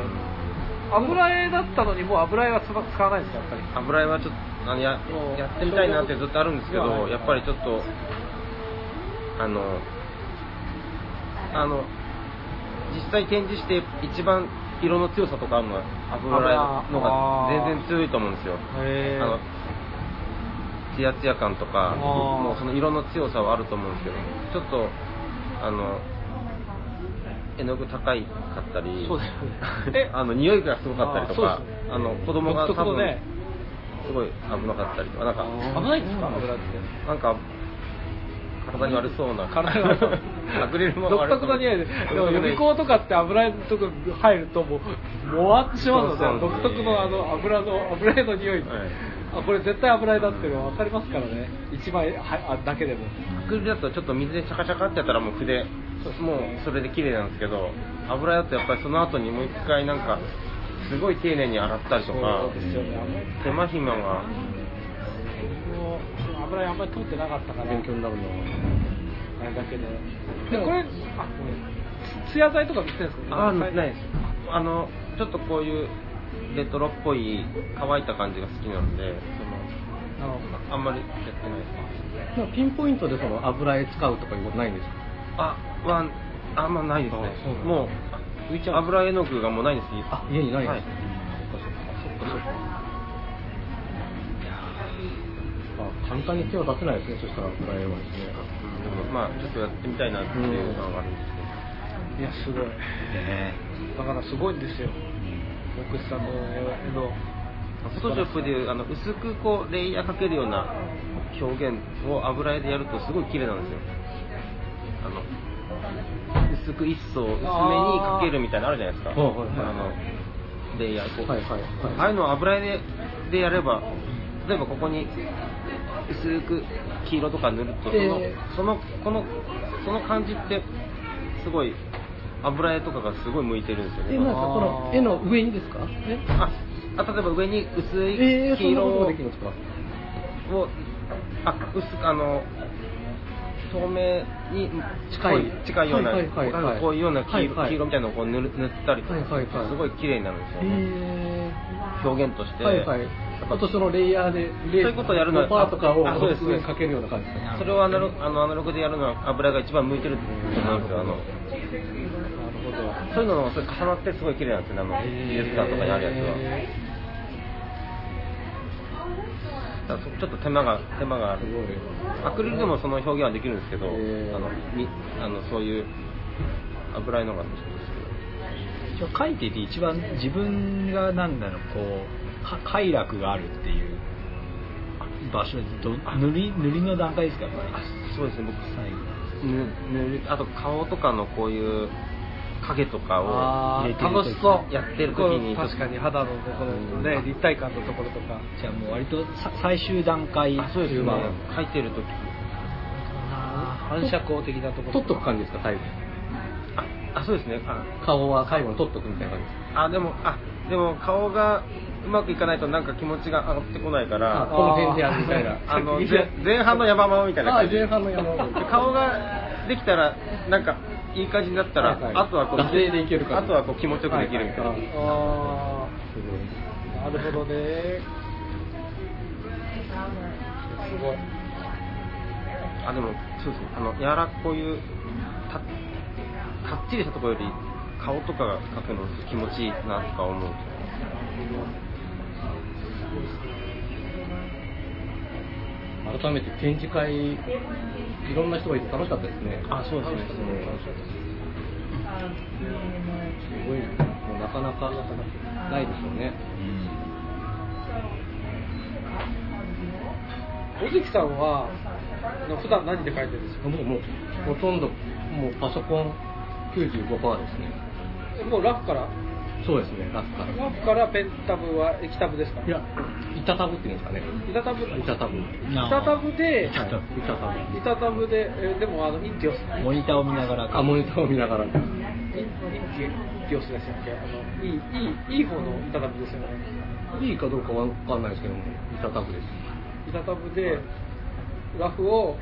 Speaker 1: 油絵だったのに、もう油絵は使わないですか、やっぱり。
Speaker 4: 油絵はちょっとあのや
Speaker 1: もう
Speaker 4: やってみたいなってずっとあるんですけ
Speaker 1: いやは
Speaker 4: ど
Speaker 1: い
Speaker 4: やっぱりちょっとあのあの実際展示して一番色の強さとかあるのは油絵の方が全然強いと思うんですよ
Speaker 1: へー
Speaker 4: あのツヤツヤ感とか
Speaker 1: あー
Speaker 4: もうその色の強さはあると思うんですけどちょっとあの絵の具高いかったり
Speaker 1: そうだよ ね
Speaker 4: あの匂いがすごかったりとか
Speaker 1: あーそうですね
Speaker 4: あの子供が多
Speaker 1: 独特の
Speaker 4: 分
Speaker 1: ね
Speaker 4: すごい危なかったりとか、なんか、
Speaker 1: 危ないですか、油って。
Speaker 4: なんか、体に悪そうな。
Speaker 1: 体が
Speaker 4: アクリルも
Speaker 1: 独
Speaker 4: 悪そう
Speaker 1: 特な匂いで、でも予備校とかって油絵のとこ入ると、もう、もわっとします
Speaker 4: そう
Speaker 1: よ
Speaker 4: そ
Speaker 1: ね、
Speaker 4: う
Speaker 1: 独特のあの油の油絵の匂い、
Speaker 4: はい
Speaker 1: あこれ絶対油絵だっていうのは分かりますからね、一枚はあだけでも。
Speaker 4: アクリルだとちょっと水でシャカシャカってやったらもう筆、もうそれで綺麗なんですけど、油だとやっぱりその後にもう一回なんか、すごい丁寧に洗ったりとか
Speaker 1: そう、ですよね、油絵
Speaker 4: 手間暇が、
Speaker 1: もう油絵あんまり通ってなかったから、
Speaker 3: 勉強になるの
Speaker 1: あれだけで。
Speaker 3: で
Speaker 1: で、
Speaker 3: も
Speaker 1: これ、あ、ごめんつ艶剤とか見てるんですか
Speaker 4: あ、ないです。あの、ちょっとこういうレトロっぽい乾いた感じが好きなので、
Speaker 1: なるほ
Speaker 4: そのあんまりやってないです。
Speaker 3: なんかピンポイントでその油絵使うとかいうことないんですか
Speaker 4: あはあんまないですね
Speaker 3: あそうなんだ
Speaker 4: もう油絵の具がもうないです
Speaker 3: あ家にないんですね、あ簡単に手を出せないですねそしたら油絵はですね
Speaker 4: うんまあちょっとやってみたいなっていうのがあるんです
Speaker 1: ど。いや、すごい。だからすごいんですよ。奥さんの絵の。
Speaker 4: けど、フォトショップでいうあの薄くこうレイヤーかけるような表現を油絵でやるとすごい綺麗なんですよあの薄く一層薄めにかけるみたいなのあるじゃないですか
Speaker 3: あーはいはいはい
Speaker 4: あのレイヤーこう、
Speaker 3: はいはいはい
Speaker 4: ああいうのを油絵ででやれば例えばここに薄く黄色とか塗るとその,、
Speaker 3: えー
Speaker 4: そのこのその感じってすごい油絵とかがすごい向いてるんですよね
Speaker 3: えなんかこの絵の上にですかえ
Speaker 4: ああ例えば上に薄
Speaker 3: えー、
Speaker 4: い
Speaker 3: そ
Speaker 4: 黄
Speaker 3: んな
Speaker 4: 色
Speaker 3: こと
Speaker 4: を
Speaker 3: もできるんですか
Speaker 4: をあ薄くあの透明に近い,、
Speaker 3: はい
Speaker 4: 近いような、
Speaker 3: はいはいはいはい
Speaker 4: こういうような黄,、
Speaker 3: はいはい
Speaker 4: 黄色みたいなのをこう塗る塗ったりとか、
Speaker 3: はいはいはい
Speaker 4: すごい綺麗になるんですよね、
Speaker 3: え
Speaker 4: 表現として、
Speaker 3: ー、はいはいあとそのレイヤーでレイ
Speaker 4: そういうことをやるのは
Speaker 3: パーとかを
Speaker 4: あそうです
Speaker 3: 上にかけるような感じですか
Speaker 4: それをアナログあのアナログでやるのは油が一番向いてるってことなんですよあのそういうのがそれ重なってすごい綺麗なんですよねあの美術館とかにあるやつは、だからそちょっと手間が手間がある
Speaker 3: すごい
Speaker 4: アクリルでもその表現はできるんですけど、
Speaker 3: へー
Speaker 4: あのみあのそういう油絵のがです
Speaker 7: 一応書いてて一番自分がなんだろうこうか快楽があるっていう場所ど塗り塗りの段階ですかやっぱり
Speaker 4: そうですね僕
Speaker 7: 最後
Speaker 4: ぬ塗りあと顔とかのこういう
Speaker 2: 影とかを
Speaker 1: あ
Speaker 3: 入れて
Speaker 1: ー
Speaker 3: る時
Speaker 1: 楽しそう
Speaker 2: やってる時に
Speaker 1: こう確かに肌のところの
Speaker 2: う
Speaker 1: ね
Speaker 2: ん
Speaker 1: 立体感のところとか
Speaker 3: じゃあもう割とさ最終段階
Speaker 2: あそうですよ
Speaker 3: ま
Speaker 2: ね
Speaker 3: あ
Speaker 2: 書いてる時
Speaker 1: 反射光的なところ
Speaker 4: 取っとく感じですか、最後。
Speaker 2: ああそうですねあ
Speaker 4: 顔は最後に取っとくみたいな感じ
Speaker 2: あでもあでも顔がうまくいかないとなんか気持ちが上がってこないか
Speaker 4: あ
Speaker 2: ら
Speaker 4: この辺でやるみたいな。
Speaker 2: あの
Speaker 1: いや
Speaker 2: ぜ前半の山間みたいな
Speaker 4: あ
Speaker 2: 感
Speaker 4: ー
Speaker 2: じ
Speaker 4: 前半の山を。
Speaker 2: で顔ができたらなんかいい感じになったら、
Speaker 4: はいはい
Speaker 2: あとはこう
Speaker 4: 惰性でいけるから
Speaker 2: あとはこう気持ちよくできるみたいな、
Speaker 4: はいはい
Speaker 1: あ
Speaker 4: すごい
Speaker 1: あなるほどねすごい
Speaker 2: あでもそうですねあの柔らこういうたかっちりしたところより顔とかが描くの気持ちいいなとか思う
Speaker 4: 改めて展示会、いろんな人がいて楽しかったですね。
Speaker 2: あそうですね
Speaker 4: 楽しかった楽しかったですすごい、もうなかなかないでしょうね。
Speaker 3: うん
Speaker 1: 小関さんは普段何で描いてるんですか
Speaker 4: もう、もう、ほとんど、もうパソコン95%ですね。
Speaker 1: えもうラフから
Speaker 4: そうですね、ラスか。
Speaker 1: ラフからペンタブは液タブですから
Speaker 4: いや、板タブっていうんですかね。
Speaker 1: 板タブ
Speaker 4: 板タブ。
Speaker 1: 板タブで
Speaker 3: 板タブ
Speaker 4: 板タ
Speaker 1: 板タ
Speaker 4: ブ。
Speaker 1: ブでえでもあのインティオス
Speaker 3: モニターを見ながら
Speaker 4: あ、モニターを見ながら。
Speaker 1: インインティインティオスでしたっけあのいいいいいい方の板タブですよね
Speaker 4: いいかどうかわかんないですけども、板タブです。
Speaker 1: 板タブでラフを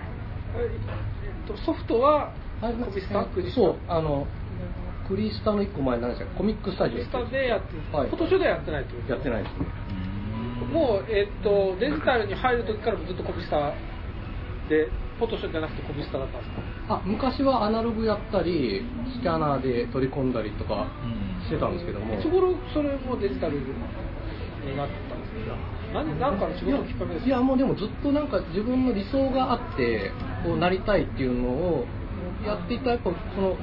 Speaker 1: ええっとソフトはコミスタックに
Speaker 4: そう、あの、クリスタの一個前なんでしたっけコミックスタジオ。
Speaker 1: スタでやってる、
Speaker 4: はい
Speaker 1: 今年ではやってないってこと
Speaker 4: やってないですね。
Speaker 1: もう、えっとデジタルに入る時からずっとコピスタでフォトショーじゃなくてコピスタだったんですか
Speaker 4: あ、昔はアナログやったり、スキャナーで取り込んだりとか
Speaker 3: うん
Speaker 4: してたんですけども。
Speaker 1: いつ頃それもデジタルになったんですか何なんかの仕事のきっかけですか
Speaker 4: いやいやもうでもずっとなんか自分の理想があってこうなりたいっていうのをやっていたやっぱその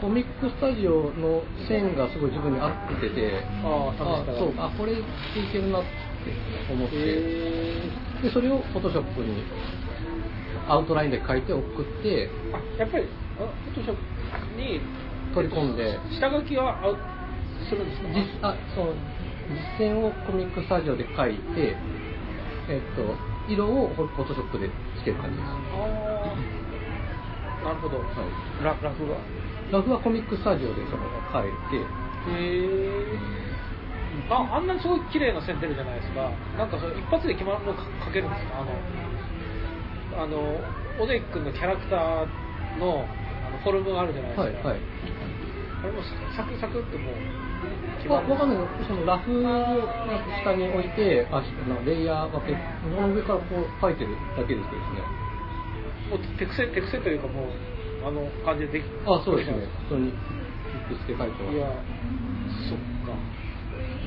Speaker 4: コミックスタジオの線がすごい自分に合ってて
Speaker 1: ああ
Speaker 4: あ
Speaker 1: 試した
Speaker 4: そうあこれでいけるなって思って、
Speaker 1: え
Speaker 4: でそれをフォトショップにアウトラインで書いて送って
Speaker 1: ー、あやっぱりあフォトショーに
Speaker 4: 取り込んで
Speaker 1: 下書きはあするんですか
Speaker 4: 実あその実践をコミックスタジオで書いて、えっと、色をフォトショップでつける感じです。
Speaker 1: あーなるほど、
Speaker 4: い
Speaker 1: ララフが
Speaker 4: ラフはコミックスタジオでその書いて、
Speaker 1: へえああんなにすごい綺麗な線出るじゃないですかなんかそれ一発で決まるのかかけるんですかあのあのオデイ君のキャラクターのあのフォルムがあるじゃないです
Speaker 4: はい
Speaker 1: か、
Speaker 4: はい。
Speaker 1: あれもサクサクってもう決ま
Speaker 4: まあ、
Speaker 1: る
Speaker 4: わかんないけど、そのラフを下に置いて、あのレイヤー分け、その上からこう書いてるだけですけどね。
Speaker 1: もう手癖手癖というかもうあの感じででき
Speaker 4: あ、そうですね
Speaker 1: でき。
Speaker 4: 普通にピックつけ書いて
Speaker 1: たん
Speaker 4: ま
Speaker 1: ですいや
Speaker 4: す。
Speaker 1: そっか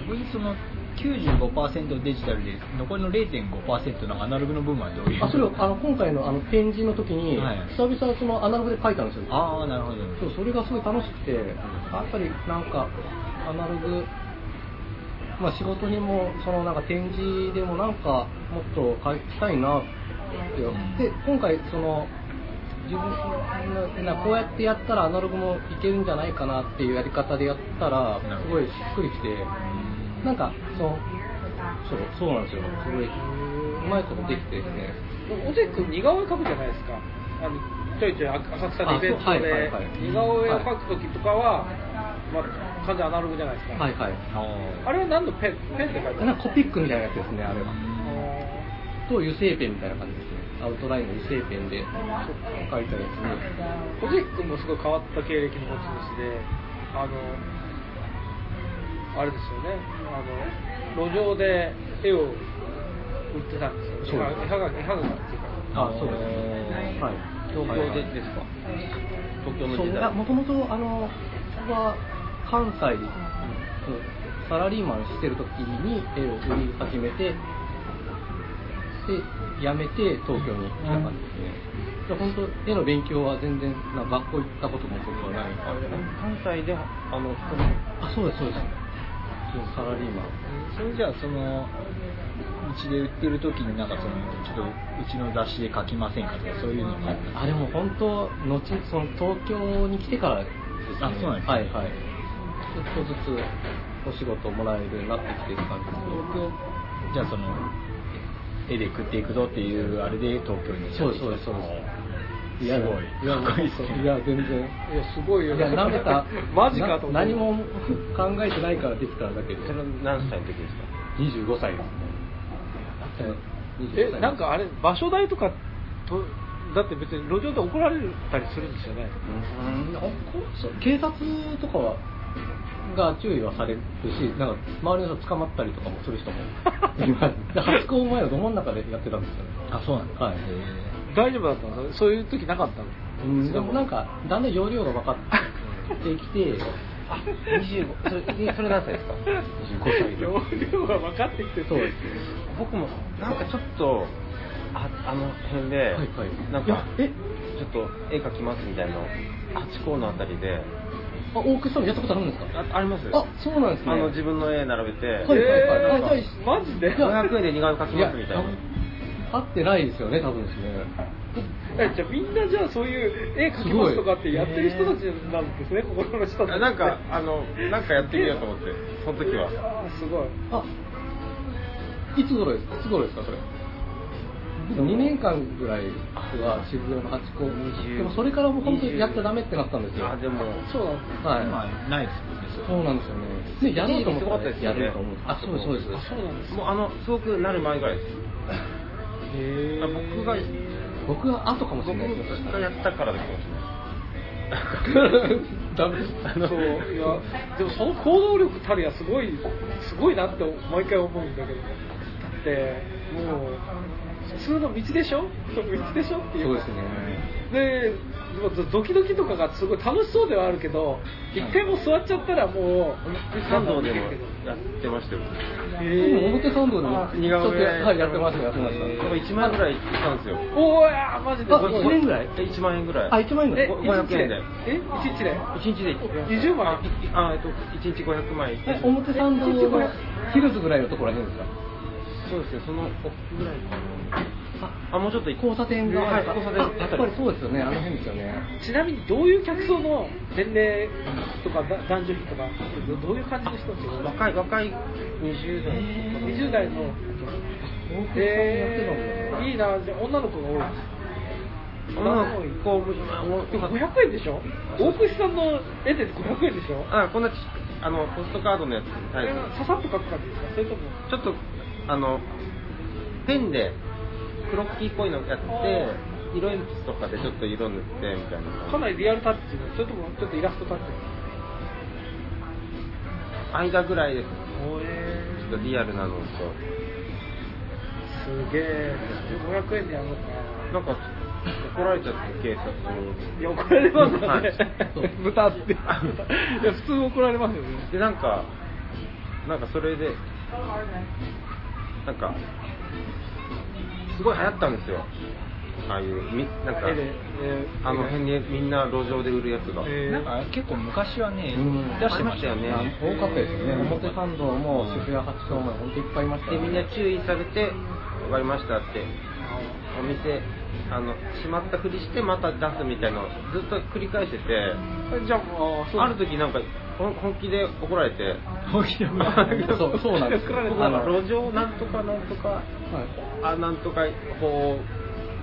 Speaker 3: 僕にその95%デジタルで残りの0.5%のアナログの部分はどういう
Speaker 4: あ、それをあの今回のあの展示の時に、
Speaker 3: はい
Speaker 4: 久々そのアナログで書いたんですよ。
Speaker 3: ああなるほど
Speaker 4: そうそれがすごい楽しくて、やっぱりなんか、アナログ、まあ、仕事にも、そのなんか展示でもなんか、もっと書きたいなって、で今回、その、自分のなこうやってやったらアナログもいけるんじゃないかなっていうやり方でやったら、すごいしっくりきて、なんか、その、そう、そうなんですよ。すごい、うまいことできてですね。
Speaker 1: でもオデイ君似顔絵描くじゃないですかあのちょいちょい浅草のイベントで、
Speaker 4: あそうはいはいはい
Speaker 1: 似顔絵を描く時とかは、まあ、完全アナログじゃないですか、
Speaker 4: はいはい。
Speaker 1: あれは何のペンペンで描いた
Speaker 4: な
Speaker 1: の
Speaker 4: んかコピックみたいなやつですね、あれは。
Speaker 1: あ
Speaker 4: と油性ペンみたいな感じですねアウトラインの油性ペンで書いたやつで
Speaker 1: ー小関君もすごい変わった経歴の持ち主であのあれですよねあの路上で絵を売ってたんですよ絵は
Speaker 4: そうで
Speaker 1: 絵
Speaker 4: す
Speaker 1: はが絵はがきっていうか
Speaker 4: あそうですねはい
Speaker 2: 東京でですか、東京の
Speaker 4: そう
Speaker 2: 時
Speaker 4: い
Speaker 2: 代
Speaker 4: やもともとあの僕は関西でサラリーマンしてる時に絵を売り始めてで辞めて東京に来た感じですね、で本当絵の勉強は全然なんか学校行ったことも僕はないから
Speaker 2: 関西であの
Speaker 4: あそうですそうですそうサラリーマン
Speaker 3: それじゃあそのうちで売ってる時になんかそのちょっとうちの雑誌で書きませんかとかそういうのがあった
Speaker 4: あでも本当後その東京に来てからですね
Speaker 3: あそうなんですね
Speaker 4: はいはいちょっとずつお仕事もらえるようになってきてる感じです東京
Speaker 3: じゃあその絵で食っていくぞっていうあれで東京に
Speaker 4: そうそうそう
Speaker 3: す
Speaker 4: や
Speaker 3: ごい
Speaker 4: や
Speaker 3: かっこいいっすね
Speaker 4: いや全然
Speaker 1: いや、すごいよ。
Speaker 4: いや舐めた
Speaker 1: マジかと思う
Speaker 4: な何も考えてないからできただけで
Speaker 2: それは何歳の時ですか
Speaker 4: 25歳ですね
Speaker 1: え、なんかあれ、場所代とかと、だって別に路上で怒られたりするんですよね。
Speaker 4: うんそう警察とかはが注意はされるしなんか周りの人捕まったりとかもす る人もいますで初公前はど真ん中でやってたんですよね
Speaker 3: あそうなんです
Speaker 4: はい
Speaker 1: 大丈夫だったのそういう時なかったの
Speaker 4: うんでもなんかだんだん容量が分かってきて
Speaker 2: 25それそれ何歳ですか
Speaker 4: 25歳
Speaker 1: 容量が分かってきて
Speaker 4: そうです
Speaker 2: 僕もなんかちょっとああの辺で、
Speaker 4: はいはい
Speaker 2: なん
Speaker 4: いや
Speaker 2: か
Speaker 4: え
Speaker 2: ちょっと絵描きますみたいなのハチ公のあたりで
Speaker 4: あオークションやったことあるんですか
Speaker 2: ああります
Speaker 4: あそうなんですね
Speaker 2: あの自分の絵並べて、
Speaker 4: はいはいはい
Speaker 2: なん
Speaker 4: は
Speaker 2: か
Speaker 4: いはい
Speaker 1: マジで
Speaker 2: 500円で似顔絵描きますみたいな
Speaker 4: 合ってないですよね多分ですね
Speaker 1: えじゃあみんなじゃあそういう絵描きますとかってやってる人たちなんですね、心の人たち。
Speaker 2: あなんか、あの、なんかやってみようと思って、その時は。
Speaker 1: あーすごい。
Speaker 4: あいつ頃ですかいつ頃ですかそれ2年間ぐらいは渋谷の八高
Speaker 2: 20
Speaker 4: でもそれからもう本当にやっちゃダメってなったんですよ
Speaker 2: あ、でも、
Speaker 1: そうなんですね
Speaker 4: はい
Speaker 3: 今ないですもんね
Speaker 4: そうなんですよねねやろうと思った
Speaker 2: 一時期す
Speaker 4: や
Speaker 2: ごかったですよね
Speaker 4: ろうと思ってあそうですそうです
Speaker 1: あそうなんです
Speaker 2: もうあの、すごくなる前ぐらいです。
Speaker 1: へ
Speaker 2: あ僕が、
Speaker 4: 僕は後かもしれ
Speaker 2: 僕
Speaker 4: ないですね
Speaker 2: がやったからですよね。
Speaker 4: ダメ
Speaker 1: あのそういやでもその行動力たるやすごいすごいなって毎回思うんだけどだってもう普通の道でしょ道でしょっていう
Speaker 4: そうですね
Speaker 1: でもうドキドキとかがすごい楽しそうではあるけど一回も座っちゃったらもう
Speaker 2: 参道でもやってましたよ。
Speaker 4: でも
Speaker 1: え
Speaker 4: 表参道でも
Speaker 2: 似
Speaker 4: ちょ
Speaker 2: 顔
Speaker 4: っと
Speaker 2: 絵
Speaker 4: やはいやってましたやってまし
Speaker 2: なんか1万円ぐらい行ったんですよ。
Speaker 1: ー、おーやーマジで
Speaker 4: あ一年ぐらい
Speaker 2: え1万円ぐらい。
Speaker 4: たあ一万円の
Speaker 1: え
Speaker 2: ご500円で
Speaker 1: え一日で
Speaker 2: 1日で行って
Speaker 1: 20万
Speaker 2: あ、あえっと、1日500万円行っ
Speaker 4: え
Speaker 2: て。
Speaker 4: 表参道のヒルズぐらいのところらへんですか
Speaker 2: そうですね、その奥ぐらいかな。あ、もうちょっと行って
Speaker 4: 交差点が、
Speaker 2: はい、
Speaker 4: あ
Speaker 2: 交差点
Speaker 4: やっぱりそうですよねあの辺ですよね
Speaker 1: ちなみにどういう客層の年齢とかだ男女比とかどういう感じの人たちが
Speaker 2: 若い若い20代、
Speaker 1: 20代のえー、いいなじゃあ女の子が多い
Speaker 2: 女の
Speaker 1: 女の
Speaker 2: 子こうまあもう
Speaker 1: でも500円でしょ大串さんの絵で500円でしょ
Speaker 2: あこんなちあのポストカードのやつ
Speaker 1: こ
Speaker 2: タイ
Speaker 1: れは
Speaker 2: プ
Speaker 1: ささっと描く感じですかそれとも
Speaker 2: ちょっとあのペンで黒ロッキーっぽいのやって色鉛筆とかでちょっと色塗ってみたいな
Speaker 1: かなりリアルタッチのそれともちょっとイラストタッチ
Speaker 2: 間ぐらいです
Speaker 1: おえ
Speaker 2: ちょっとリアルなのと
Speaker 1: すげえ500円でやろうか
Speaker 2: なんか怒られちゃって警察に
Speaker 1: いや怒られますよね、
Speaker 2: はい
Speaker 1: 豚っていや普通怒られますよね
Speaker 2: でなんかなんかそれでなんかすごい流行ったんですよああいうみなんか
Speaker 1: 絵で、えー
Speaker 2: あの辺にみんな路上で売るやつが、
Speaker 1: えー
Speaker 3: なんか結構昔はね
Speaker 4: うん
Speaker 3: 出してましたよ
Speaker 2: ありま
Speaker 3: ね
Speaker 2: した
Speaker 4: 多かったですよね表参道も渋谷八丁前本当いっぱいいました
Speaker 2: で
Speaker 4: よね
Speaker 2: みんな注意されて「分かりました」ってお店あの閉まったふりしてまた出すみたいなのをずっと繰り返してて
Speaker 1: じゃあもうそう
Speaker 2: ある時なんかほん本気で怒られて
Speaker 3: 本気で怒られ
Speaker 4: たそうそうなんです
Speaker 2: 僕あの路上なんとかなんとかあなんとか法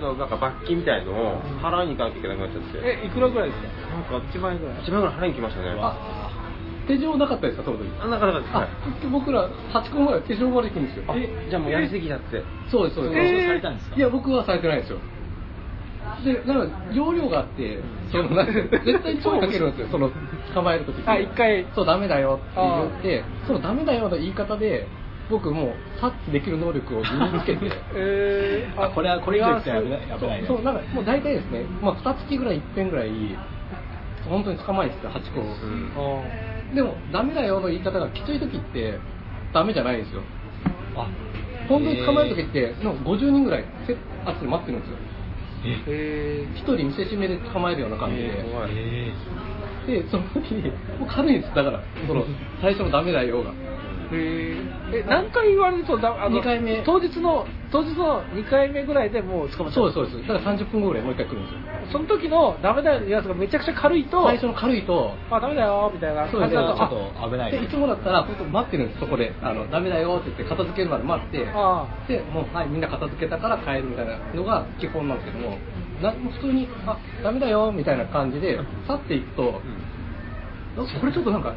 Speaker 2: のなんか罰金みたいのを払いに行かなきゃいけなくなっちゃって
Speaker 1: えいくらぐらいですか
Speaker 2: なんか
Speaker 1: 1万円ぐらい
Speaker 2: 1万円ぐらい払いに来ましたね
Speaker 4: あ手錠なかったですかその時
Speaker 2: あなかなかですは
Speaker 4: あ
Speaker 2: い
Speaker 4: 僕ら八個前は手錠まで行くんですよ
Speaker 2: あじゃあもうやりすぎちゃって
Speaker 4: そうですそうです、
Speaker 1: えー
Speaker 3: されたんですか
Speaker 4: いや僕はされてないですよでなんか容量があってそのなんか絶対超かけるんですよその捕まえる時
Speaker 1: あ一回
Speaker 4: そうダメだよって言ってそのダメだよの言い方で僕もう察知できる能力を身につけて
Speaker 1: えー、
Speaker 3: あこれはこれ以上言ったら危ない危ないね
Speaker 4: そうそうなんかもう大体ですね、まあ、2月ぐらい一遍ぐらい本当に捕まえてた8個、
Speaker 2: うん
Speaker 1: あ
Speaker 4: でもダメだよの言い方がきつい時ってダメじゃないですよ
Speaker 3: あ
Speaker 4: 本当に捕まえる時ってなんか50人ぐらいせあっちで待ってるんですよ
Speaker 1: ーえ
Speaker 4: 一人見せしめで捕まえるような感じで、
Speaker 2: 怖い
Speaker 3: え
Speaker 4: でその時にもう軽いんですだからその最初のダメだよが
Speaker 1: ー、えー、え何回言われるとだ
Speaker 4: 二回目
Speaker 1: 当日の当日の2回目ぐらいでもう捕まっちゃ
Speaker 4: そうですそうですだから30分後ぐらいもう一回来るんですよ
Speaker 1: その時のダメだよのやつがめちゃくちゃ軽いと
Speaker 4: 最初の軽いと
Speaker 1: あダメだよみたいな
Speaker 4: そう
Speaker 1: 感
Speaker 4: です
Speaker 1: じ
Speaker 4: ね
Speaker 1: だと
Speaker 3: ちょっと危ない
Speaker 4: でいつもだったら本当待ってるんですそこであのダメだよって言って片付けるまで待って
Speaker 1: あ
Speaker 4: でもうはいみんな片付けたから帰るみたいなのが基本なんですけどもなもう普通にあダメだよみたいな感じで去っていくと、これちょっとなんか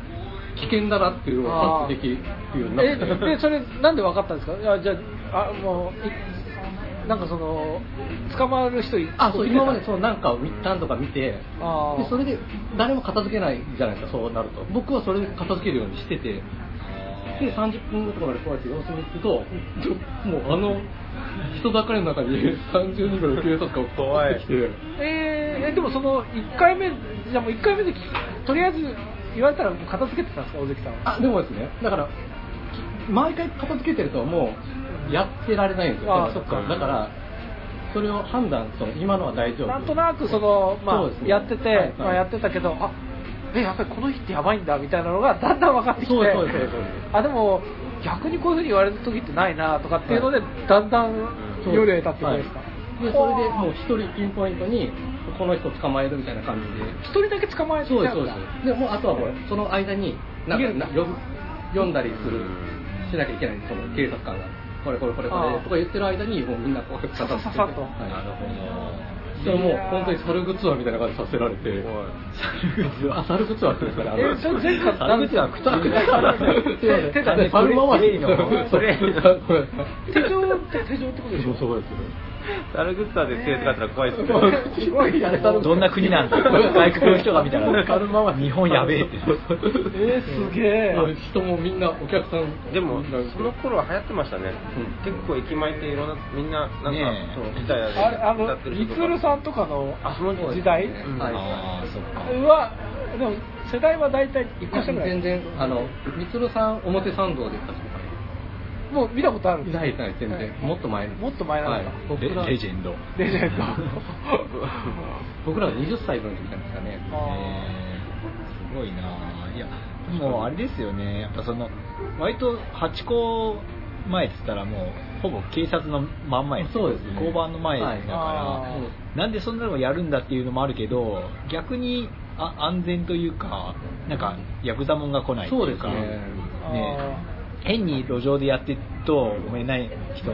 Speaker 4: 危険だなっていうのを察知できるようにな
Speaker 1: え
Speaker 4: って
Speaker 1: でそれなんで分かったんですかいやじゃああもういなんかその捕まる人い
Speaker 4: あそう今までそ
Speaker 1: の
Speaker 4: のなんかを見何度か見て
Speaker 1: あー
Speaker 4: でそれで誰も片付けないじゃないですかそうなると僕はそれで片付けるようにしててで30分後とかまでこうやって様子見てるともうあの人だかりの中に30人ぐらいの警察官が怖ってきて
Speaker 1: えーえでもその1回目じゃあもう1回目で聞とりあえず言われたらもう片付けてたんですか大関さんは
Speaker 4: あでもですねだからき毎回片付けてるともうやってられないんですよ
Speaker 1: あー
Speaker 4: その
Speaker 1: そっか
Speaker 4: だからそれを判断その今のは大丈夫
Speaker 1: なんとなくその、ま
Speaker 4: そ
Speaker 1: あ
Speaker 4: うですね
Speaker 1: やってて、
Speaker 4: はいはい
Speaker 1: まあ、やってたけどあえやっぱりこの日ってやばいんだみたいなのがだんだん分かってきて
Speaker 4: そうですそうですそうですそうです
Speaker 1: あでも逆にこういうふうに言われる時ってないなとかっていうので、だんだん
Speaker 4: そう
Speaker 1: 夜へたってくるんですか、
Speaker 4: はいでそれでもう一人ピンポイントにこの人捕まえるみたいな感じで
Speaker 1: 一人だけ捕まえて
Speaker 4: そう
Speaker 1: たん
Speaker 4: で
Speaker 1: だ
Speaker 4: すそうですでもうあとはこれその間になんかな読む読んだりするしなきゃいけないその警察官がこれこれこれこ
Speaker 1: あ
Speaker 4: れ
Speaker 1: あ
Speaker 4: とか言ってる間にもうみんなこう
Speaker 1: ささささっと
Speaker 4: は
Speaker 3: ないるほ
Speaker 4: それもう本当に猿グツアーみたいな感じさせられ
Speaker 3: ど。
Speaker 4: て
Speaker 3: 猿
Speaker 4: あ猿グツアーって言うんですかね
Speaker 1: えーそれ前回
Speaker 3: 猿靴はくたくた
Speaker 1: 猿靴は手だね
Speaker 4: 猿回し
Speaker 3: それ
Speaker 1: 手錠って手錠ってことでしょ
Speaker 4: そうです
Speaker 8: ダルグッターで手使ったら怖いですね。
Speaker 4: すごいやれたの
Speaker 3: どんな国なんだ外国の人が見たら
Speaker 4: カルマは
Speaker 3: 日本やべえって
Speaker 1: えー、すげえ
Speaker 4: 人もみんなお客さん
Speaker 2: でも
Speaker 4: みんな
Speaker 2: その頃は流行ってましたね、
Speaker 4: うん
Speaker 2: 結構駅前っていろんなみんななんか、
Speaker 3: ねえ
Speaker 2: そうギターやで
Speaker 1: あれあの
Speaker 2: 歌ってる
Speaker 1: リ
Speaker 2: 人
Speaker 1: ツ
Speaker 2: とか
Speaker 1: ールさんとかの
Speaker 2: あその頃ですね
Speaker 1: 時代
Speaker 2: うん
Speaker 4: はい
Speaker 3: ああそっか
Speaker 1: はでも世代は大体1個下ぐらい
Speaker 4: 全然あのみつるさん表参道で確か
Speaker 1: もう見たことあるん
Speaker 4: い
Speaker 1: ですか
Speaker 4: ないない全然、もっと前の
Speaker 1: もっと前なんだ
Speaker 4: はい
Speaker 3: レ
Speaker 4: 僕ら
Speaker 3: レジェンド
Speaker 1: レジェ ンド
Speaker 4: 僕らが20歳ぐらいの時なんですかね
Speaker 1: あ
Speaker 3: えーすごいなあいやでもあれですよねやっぱその割とハチ公前っつったらもうほぼ警察の真ん前
Speaker 4: そうですね
Speaker 3: 交番の前だから、
Speaker 1: はいあ
Speaker 3: なんでそんなのやるんだっていうのもあるけど逆にあ安全というかなんかヤクザもんが来ないって
Speaker 4: そう
Speaker 3: い
Speaker 4: で
Speaker 3: う
Speaker 4: す
Speaker 3: か
Speaker 4: ね
Speaker 1: あ
Speaker 3: ね変に路上でやってるとお前ない人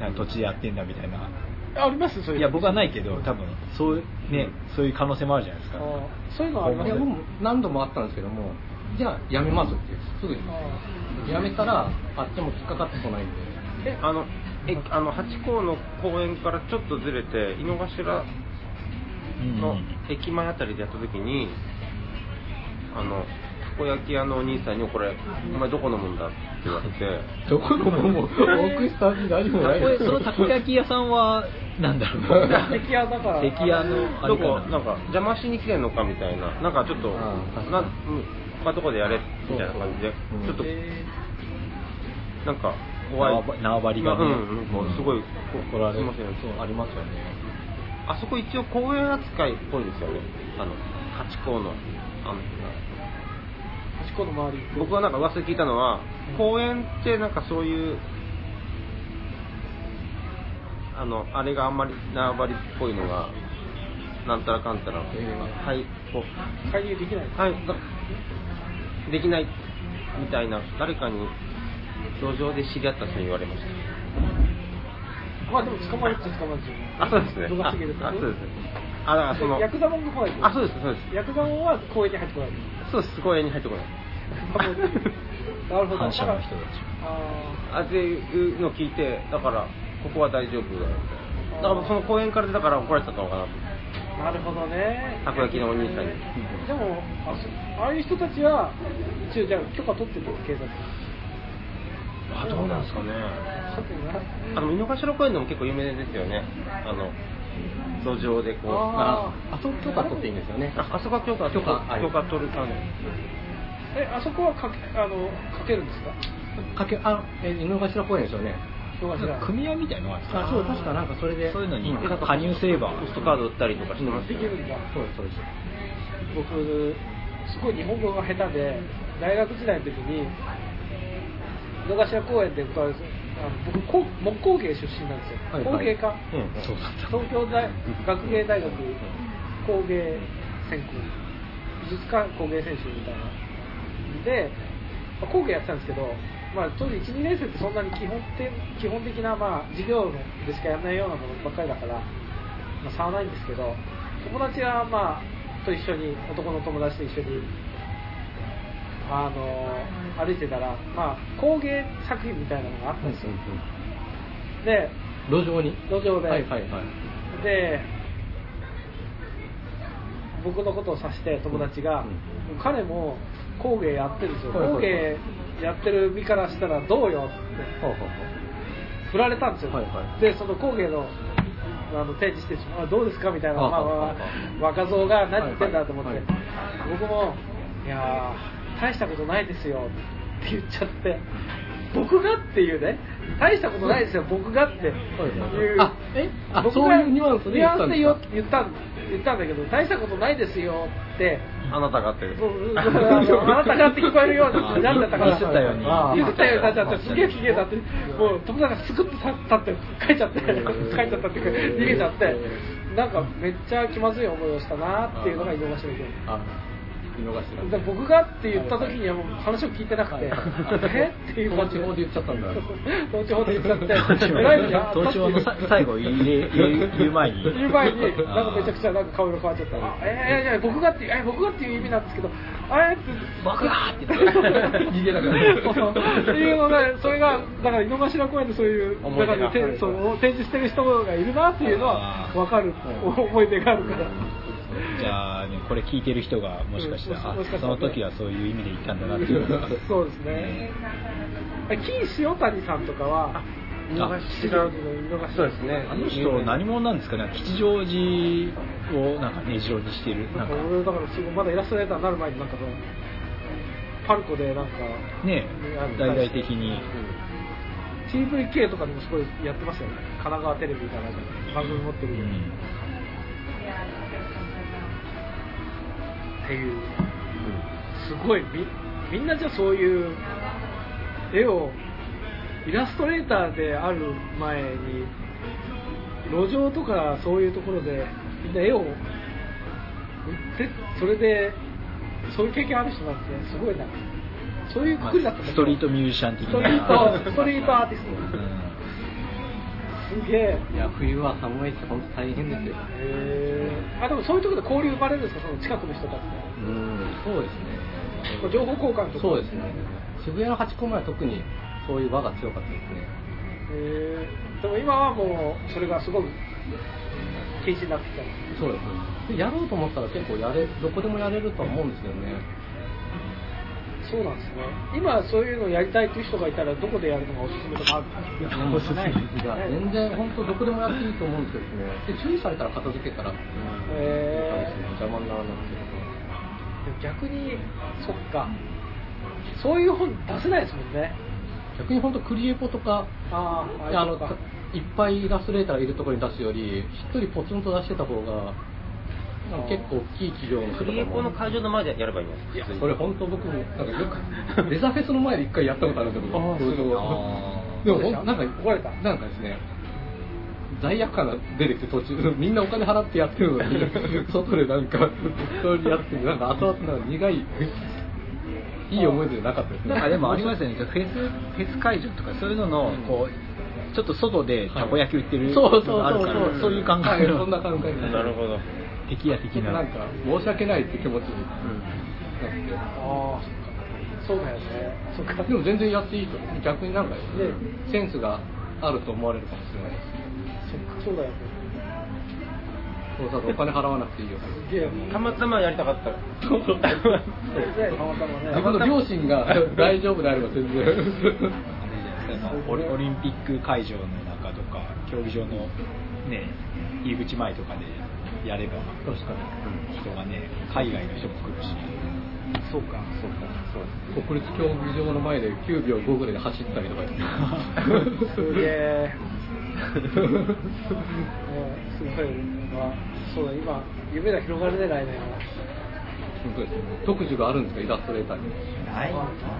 Speaker 3: なんか土地でやってんだみたいな
Speaker 1: あありますそういう
Speaker 3: いや僕はないけど多分そう,、ね、そういう可能性もあるじゃないです
Speaker 1: あ
Speaker 3: か
Speaker 1: ーそういうのはありま
Speaker 4: い
Speaker 1: す
Speaker 4: や
Speaker 1: よ
Speaker 4: 僕も何度もあったんですけどもじゃあやめますってすぐに
Speaker 1: あ
Speaker 4: やめたらあっちも引っかかってこないんで
Speaker 2: えあのえあの八甲の公園からちょっとずれて井の頭
Speaker 3: うん
Speaker 2: の駅前あたりでやった時にあのたこ焼き屋のお兄さんに「これお前どこのもんだ?」って言われて
Speaker 4: どこのもも奥さんに何も
Speaker 3: た
Speaker 4: ない
Speaker 3: こそのたこ焼き屋さんはなんだろ う
Speaker 1: ー関屋だから
Speaker 3: 関屋のあ
Speaker 2: ど
Speaker 3: れか
Speaker 2: こ
Speaker 3: な
Speaker 2: なんか邪魔しに来てんのかみたいななんかちょっと
Speaker 4: あー確かに
Speaker 2: なんうん他とこでやれみたいな感じで
Speaker 4: そうそう
Speaker 2: ちょっと
Speaker 1: え
Speaker 2: なんか怖い
Speaker 3: 縄縄張りがね
Speaker 2: うんうんこうすごい
Speaker 4: 怒られ
Speaker 2: すい
Speaker 4: る
Speaker 2: ません
Speaker 4: そうありますよね
Speaker 2: あそこ一応公園扱いっぽいですよねあの八甲のあの
Speaker 1: ー端っこの周り
Speaker 2: 僕はなんか噂で聞いたのは公園ってなんかそういうあのあれがあんまり縄張りっぽいのがなんたらかんたらはいこう
Speaker 1: 介入できない
Speaker 2: はいなんかできないみたいな誰かに路上で知り合った人に言われまし
Speaker 1: まあでも捕まるっちゃ捕まるんですよ
Speaker 2: たあそうですね
Speaker 1: 動
Speaker 2: あ
Speaker 1: 画すぎると
Speaker 2: あそうですねあだからその
Speaker 1: ヤクザもんが来ない
Speaker 2: あそうですそうです
Speaker 1: ヤクザもんは公園に入って こない
Speaker 2: そうです公園に入ってこない
Speaker 1: なるほど
Speaker 3: 反社の人たち
Speaker 1: あ
Speaker 2: あっていうのを聞いてだからここは大丈夫だよだから僕その公園からだから怒られちゃったのかなと
Speaker 1: ーなるほどね
Speaker 2: たこ焼きのお兄さんに
Speaker 1: でもあそああいう人たちは一応じゃあ許可取ってるんです警察
Speaker 2: あどうなんですかね
Speaker 1: 取ってな
Speaker 2: あの井の頭公園でも結構有名ですよねあの路上でこう
Speaker 1: あー
Speaker 4: ああそこ許可取っていいんですよね
Speaker 2: ああそこは許可
Speaker 4: 許可はい
Speaker 2: 許可取る感じ
Speaker 1: えあそこはかけあのかけるんですか
Speaker 4: かけあえ井の頭公園ですよね
Speaker 1: 人が知らん
Speaker 3: 組合みたいなのがあるんですか
Speaker 4: あそう確かなんかそれで
Speaker 3: そういうのに
Speaker 4: ん
Speaker 3: 加入すれば
Speaker 2: ポストカード売ったりとかしてます
Speaker 1: で
Speaker 2: よ
Speaker 1: きるんだ
Speaker 4: そうですそうです
Speaker 1: 僕すごい日本語が下手で大学時代の時に井の頭公園でこう僕こう木工芸出身なんですよ、
Speaker 4: はいはい
Speaker 1: 工芸科、
Speaker 2: うん
Speaker 3: そうだった
Speaker 1: 東京大学芸大学工芸専攻美術館工芸選手みたいなで、まあ工芸やってたんですけど、まあ、当時12年生ってそんなに基本て基本的な、まあ、授業でしかやらないようなものばっかりだから、まあ、差はないんですけど友達は、まあ、と一緒に男の友達と一緒にあの歩いてたら、まあ、工芸作品みたいなのがあったんですよ、で
Speaker 4: 路上に
Speaker 1: 路上で、
Speaker 4: はいはいはい
Speaker 1: で僕のことを指して友達が、彼も工芸やってるんですよ、
Speaker 4: はいはいは
Speaker 1: 工
Speaker 4: い
Speaker 1: 芸やってる身からしたらどうよって
Speaker 4: ほうほうほう
Speaker 1: 振られたんですよ、
Speaker 4: はいはい
Speaker 1: でその工芸のあの展示してあどうですかみたいな、
Speaker 4: あ
Speaker 1: まあまあ
Speaker 4: はいはい
Speaker 1: まあ若造が何言ってんだと思って、
Speaker 4: はいはいはい
Speaker 1: 僕も「いやー大したことないですよ」って言っちゃって僕がっていうね大したことないですよ僕がっていう
Speaker 4: はいあえあ
Speaker 1: 僕
Speaker 4: そう
Speaker 1: が
Speaker 4: いうニュアンスで
Speaker 1: ニュ
Speaker 4: 言
Speaker 1: ア
Speaker 4: った
Speaker 1: ンス
Speaker 4: んですか
Speaker 1: で言言ったん言ったんだけど大したことないですよって
Speaker 2: あなたがってる
Speaker 1: そうそうそうあのあなたがって聞こえるようになっちゃったから
Speaker 3: 言ってたように
Speaker 1: 言ってたようになっちゃってすげえすげえだってもう友達がすくって立って帰っちゃって帰っちゃったっていうか逃げちゃってなんかめっちゃ気まずい思いをしたなっていうのが井の頭で
Speaker 4: あ見逃して
Speaker 1: だから僕がって言った時にはもう話を聞いてなく て、えっていう感じ
Speaker 4: 統治法で言っちゃったん だ
Speaker 1: そうそう統治法で言っちゃ って、
Speaker 3: 東京のさ最後入れ入れ言う前に
Speaker 1: 言う前に、なんかめちゃくちゃなんか顔色変わっちゃったら、えー、いやいや、僕がっていう、え僕がっていう意味なんですけど、あれって、
Speaker 3: 僕がって言って
Speaker 1: 逃
Speaker 3: 逃げなくなる
Speaker 1: っていうのが、それが、だから井の頭公園でそういう、
Speaker 2: 思い出
Speaker 1: だ
Speaker 2: が
Speaker 1: からてその展示してる人がいるなっていうのは
Speaker 3: あ、ー
Speaker 1: 分かる、思い出があるから。
Speaker 3: じゃあ、ね、これ聞いてる人がもしかしたら、
Speaker 1: うんもしかした
Speaker 3: あ
Speaker 1: ら
Speaker 3: その
Speaker 1: ね
Speaker 3: 時はそういう意味で言ったんだなっていうのが
Speaker 1: そうですね。金塩谷さんとかは、井の頭の井の頭
Speaker 2: そうですね
Speaker 3: あの人何者なんですかね吉祥寺をなんか根城にしてる
Speaker 1: な
Speaker 3: なんん
Speaker 1: か
Speaker 3: か
Speaker 1: 俺だからすごいまだイラストレーターになる前になんかそのパルコでなんか
Speaker 3: ね
Speaker 1: あの
Speaker 3: 大々的に
Speaker 1: TVK とかでもすごいやってましたよね神奈川テレビかなんかで番組持って
Speaker 3: う
Speaker 1: るよ、
Speaker 3: ん
Speaker 1: っていうすごいみみんなじゃあそういう絵をイラストレーターである前に路上とかそういうところでみんな絵を売ってそれでそういう経験ある人なんてすごいなそういうくくりだったんだ
Speaker 3: ストリートミュージシャン的
Speaker 1: ス
Speaker 3: な
Speaker 1: トリート、ストリートアーティス
Speaker 3: う
Speaker 1: ト。
Speaker 3: ん
Speaker 1: すげえ。
Speaker 4: いや冬は寒いし本当大変ですよ
Speaker 1: へーあ、でもそういうところで交流生まれるんですか、その近くの人たち
Speaker 4: うんそうです
Speaker 1: と。
Speaker 4: ね
Speaker 1: 情報交換とか。
Speaker 4: そうですね渋谷のハチ公前は特にそういう輪が強かったですね
Speaker 1: へーでも今はもう、それがすごく禁止になってきたんで
Speaker 4: そうですねでやろうと思ったら結構やれどこでもやれるとは思うんですけどね
Speaker 1: す。そうなんですね。今そういうのやりたいという人がいたら、どこでやるのがおすすめとかあるんですか
Speaker 4: もうないいや全然本当どこでもやっていいと思うんですけどねで注意されたら片付けたら
Speaker 1: へー
Speaker 4: 邪魔にならなくて
Speaker 1: 逆に、そっか。そういう本出せないですもんね。
Speaker 4: 逆に本当クリエポとか
Speaker 1: あー
Speaker 4: あの
Speaker 1: そうか
Speaker 4: いっぱいイラストレーターがいるところに出すより一人ポツンと出してた方がなんか結構大きい企業の人
Speaker 2: ク
Speaker 4: とか
Speaker 2: リエコの
Speaker 4: も
Speaker 2: 会場の前でやればいいんです
Speaker 4: いやそれ本当僕もなんかよくレザフェスの前で一回やったことあるんですけど
Speaker 1: あー
Speaker 4: そういうとこ
Speaker 3: あー
Speaker 4: でもほんなんか
Speaker 1: 怒られた
Speaker 4: なんかですね罪悪感が出てきて途中みんなお金払ってやってるのに 外でなんか適当にやってるなんか後々なんか苦いいい思い出じゃなかったですね
Speaker 3: なんかでもありますよね、フェスフェス会場とかそういうののこうちょっと外でたこ焼き売ってる
Speaker 4: そうそう
Speaker 3: と
Speaker 4: そう
Speaker 3: かあるから
Speaker 4: そう
Speaker 3: そういう感
Speaker 4: はい
Speaker 3: 覚の
Speaker 4: そんな感覚です
Speaker 2: なるほど
Speaker 3: 敵や的な
Speaker 4: なんか申し訳ないって気持ちになって
Speaker 1: あーそうだよね。そっか。
Speaker 4: でも全然やっていいと逆になんかね
Speaker 1: ね
Speaker 4: センスがあると思われるかもしれないし
Speaker 1: そっかそうだよね。
Speaker 4: そうだとお金払わなくていいよ
Speaker 1: すげえ。
Speaker 2: たまたまやりたかった
Speaker 4: そう そう
Speaker 1: たまたまね。
Speaker 4: 自分の両親 が大丈夫であれば全然
Speaker 3: オリオリンピック会場の中とか競技場のね入り口前とかでやれば
Speaker 4: 確か
Speaker 3: 人がね海外の人も来るし
Speaker 1: そうか、そうか。
Speaker 4: に国立競技場の前で9秒5ぐらいで走ったりとか
Speaker 1: すげえ。ねすごい、まあ、そうだ、今、夢が広がるね、来年は。
Speaker 4: 本当ですね特需があるんですかイラストレーターに
Speaker 3: ない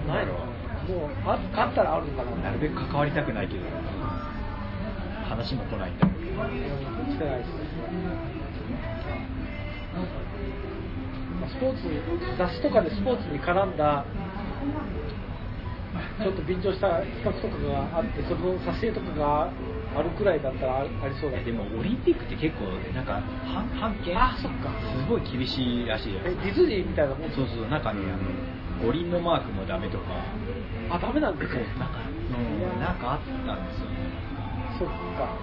Speaker 1: ないの
Speaker 3: の
Speaker 1: もうああったらあるんだもん
Speaker 3: なるべく関わりたくないけど話も来ないんだけど
Speaker 1: してないですまあスポーツに雑誌とかでスポーツに絡んだちょっと便乗した企画とかがあってその挿絵とかがあるくらいだったらあありそうだ
Speaker 3: いや
Speaker 1: け
Speaker 3: で
Speaker 1: ど
Speaker 3: もオリンピックって結構なんか半半径
Speaker 1: あそっか
Speaker 3: すごい厳しいらしいじゃな
Speaker 1: え
Speaker 3: い
Speaker 1: ディズニーみたいなもん
Speaker 3: そうそうなんかねあの五輪のマークもダメとか
Speaker 1: あダメなんです
Speaker 3: そう
Speaker 1: ね
Speaker 3: なんか、うん、なんかあったんですよ
Speaker 1: そっか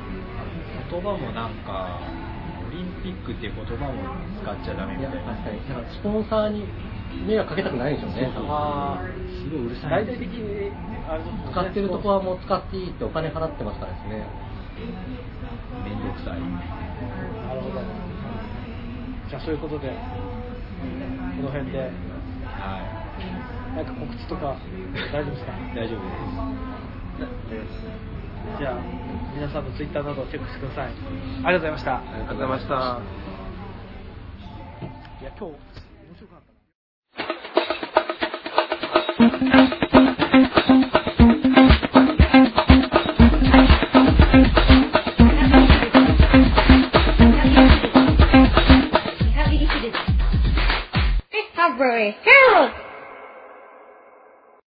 Speaker 3: 言葉もなんかオリンピックっていう言葉も使っちゃダメみ
Speaker 4: い
Speaker 3: た
Speaker 4: や、
Speaker 3: い
Speaker 4: 確
Speaker 3: な
Speaker 4: かに。だから、スポンサーに迷惑かけたくないんでしょうね。
Speaker 1: ああ
Speaker 3: すごいうるさい
Speaker 1: 大体的にあれですもんね
Speaker 4: 使ってるとこはもう使っていいってお金払ってますからですね。
Speaker 3: めんどくさい
Speaker 1: なるほど。じゃあそういうことで、この辺で、
Speaker 3: は
Speaker 1: なんか告知とか大丈夫ですか
Speaker 3: い大丈夫です
Speaker 1: じゃあ、皆さんのツイッターなどをチェックしてください。ありがとうございました。
Speaker 2: ありがとうございました。
Speaker 1: いや、今日、面白かったな。
Speaker 9: リハビリ手術。リハビリ手術。リハビリ手術。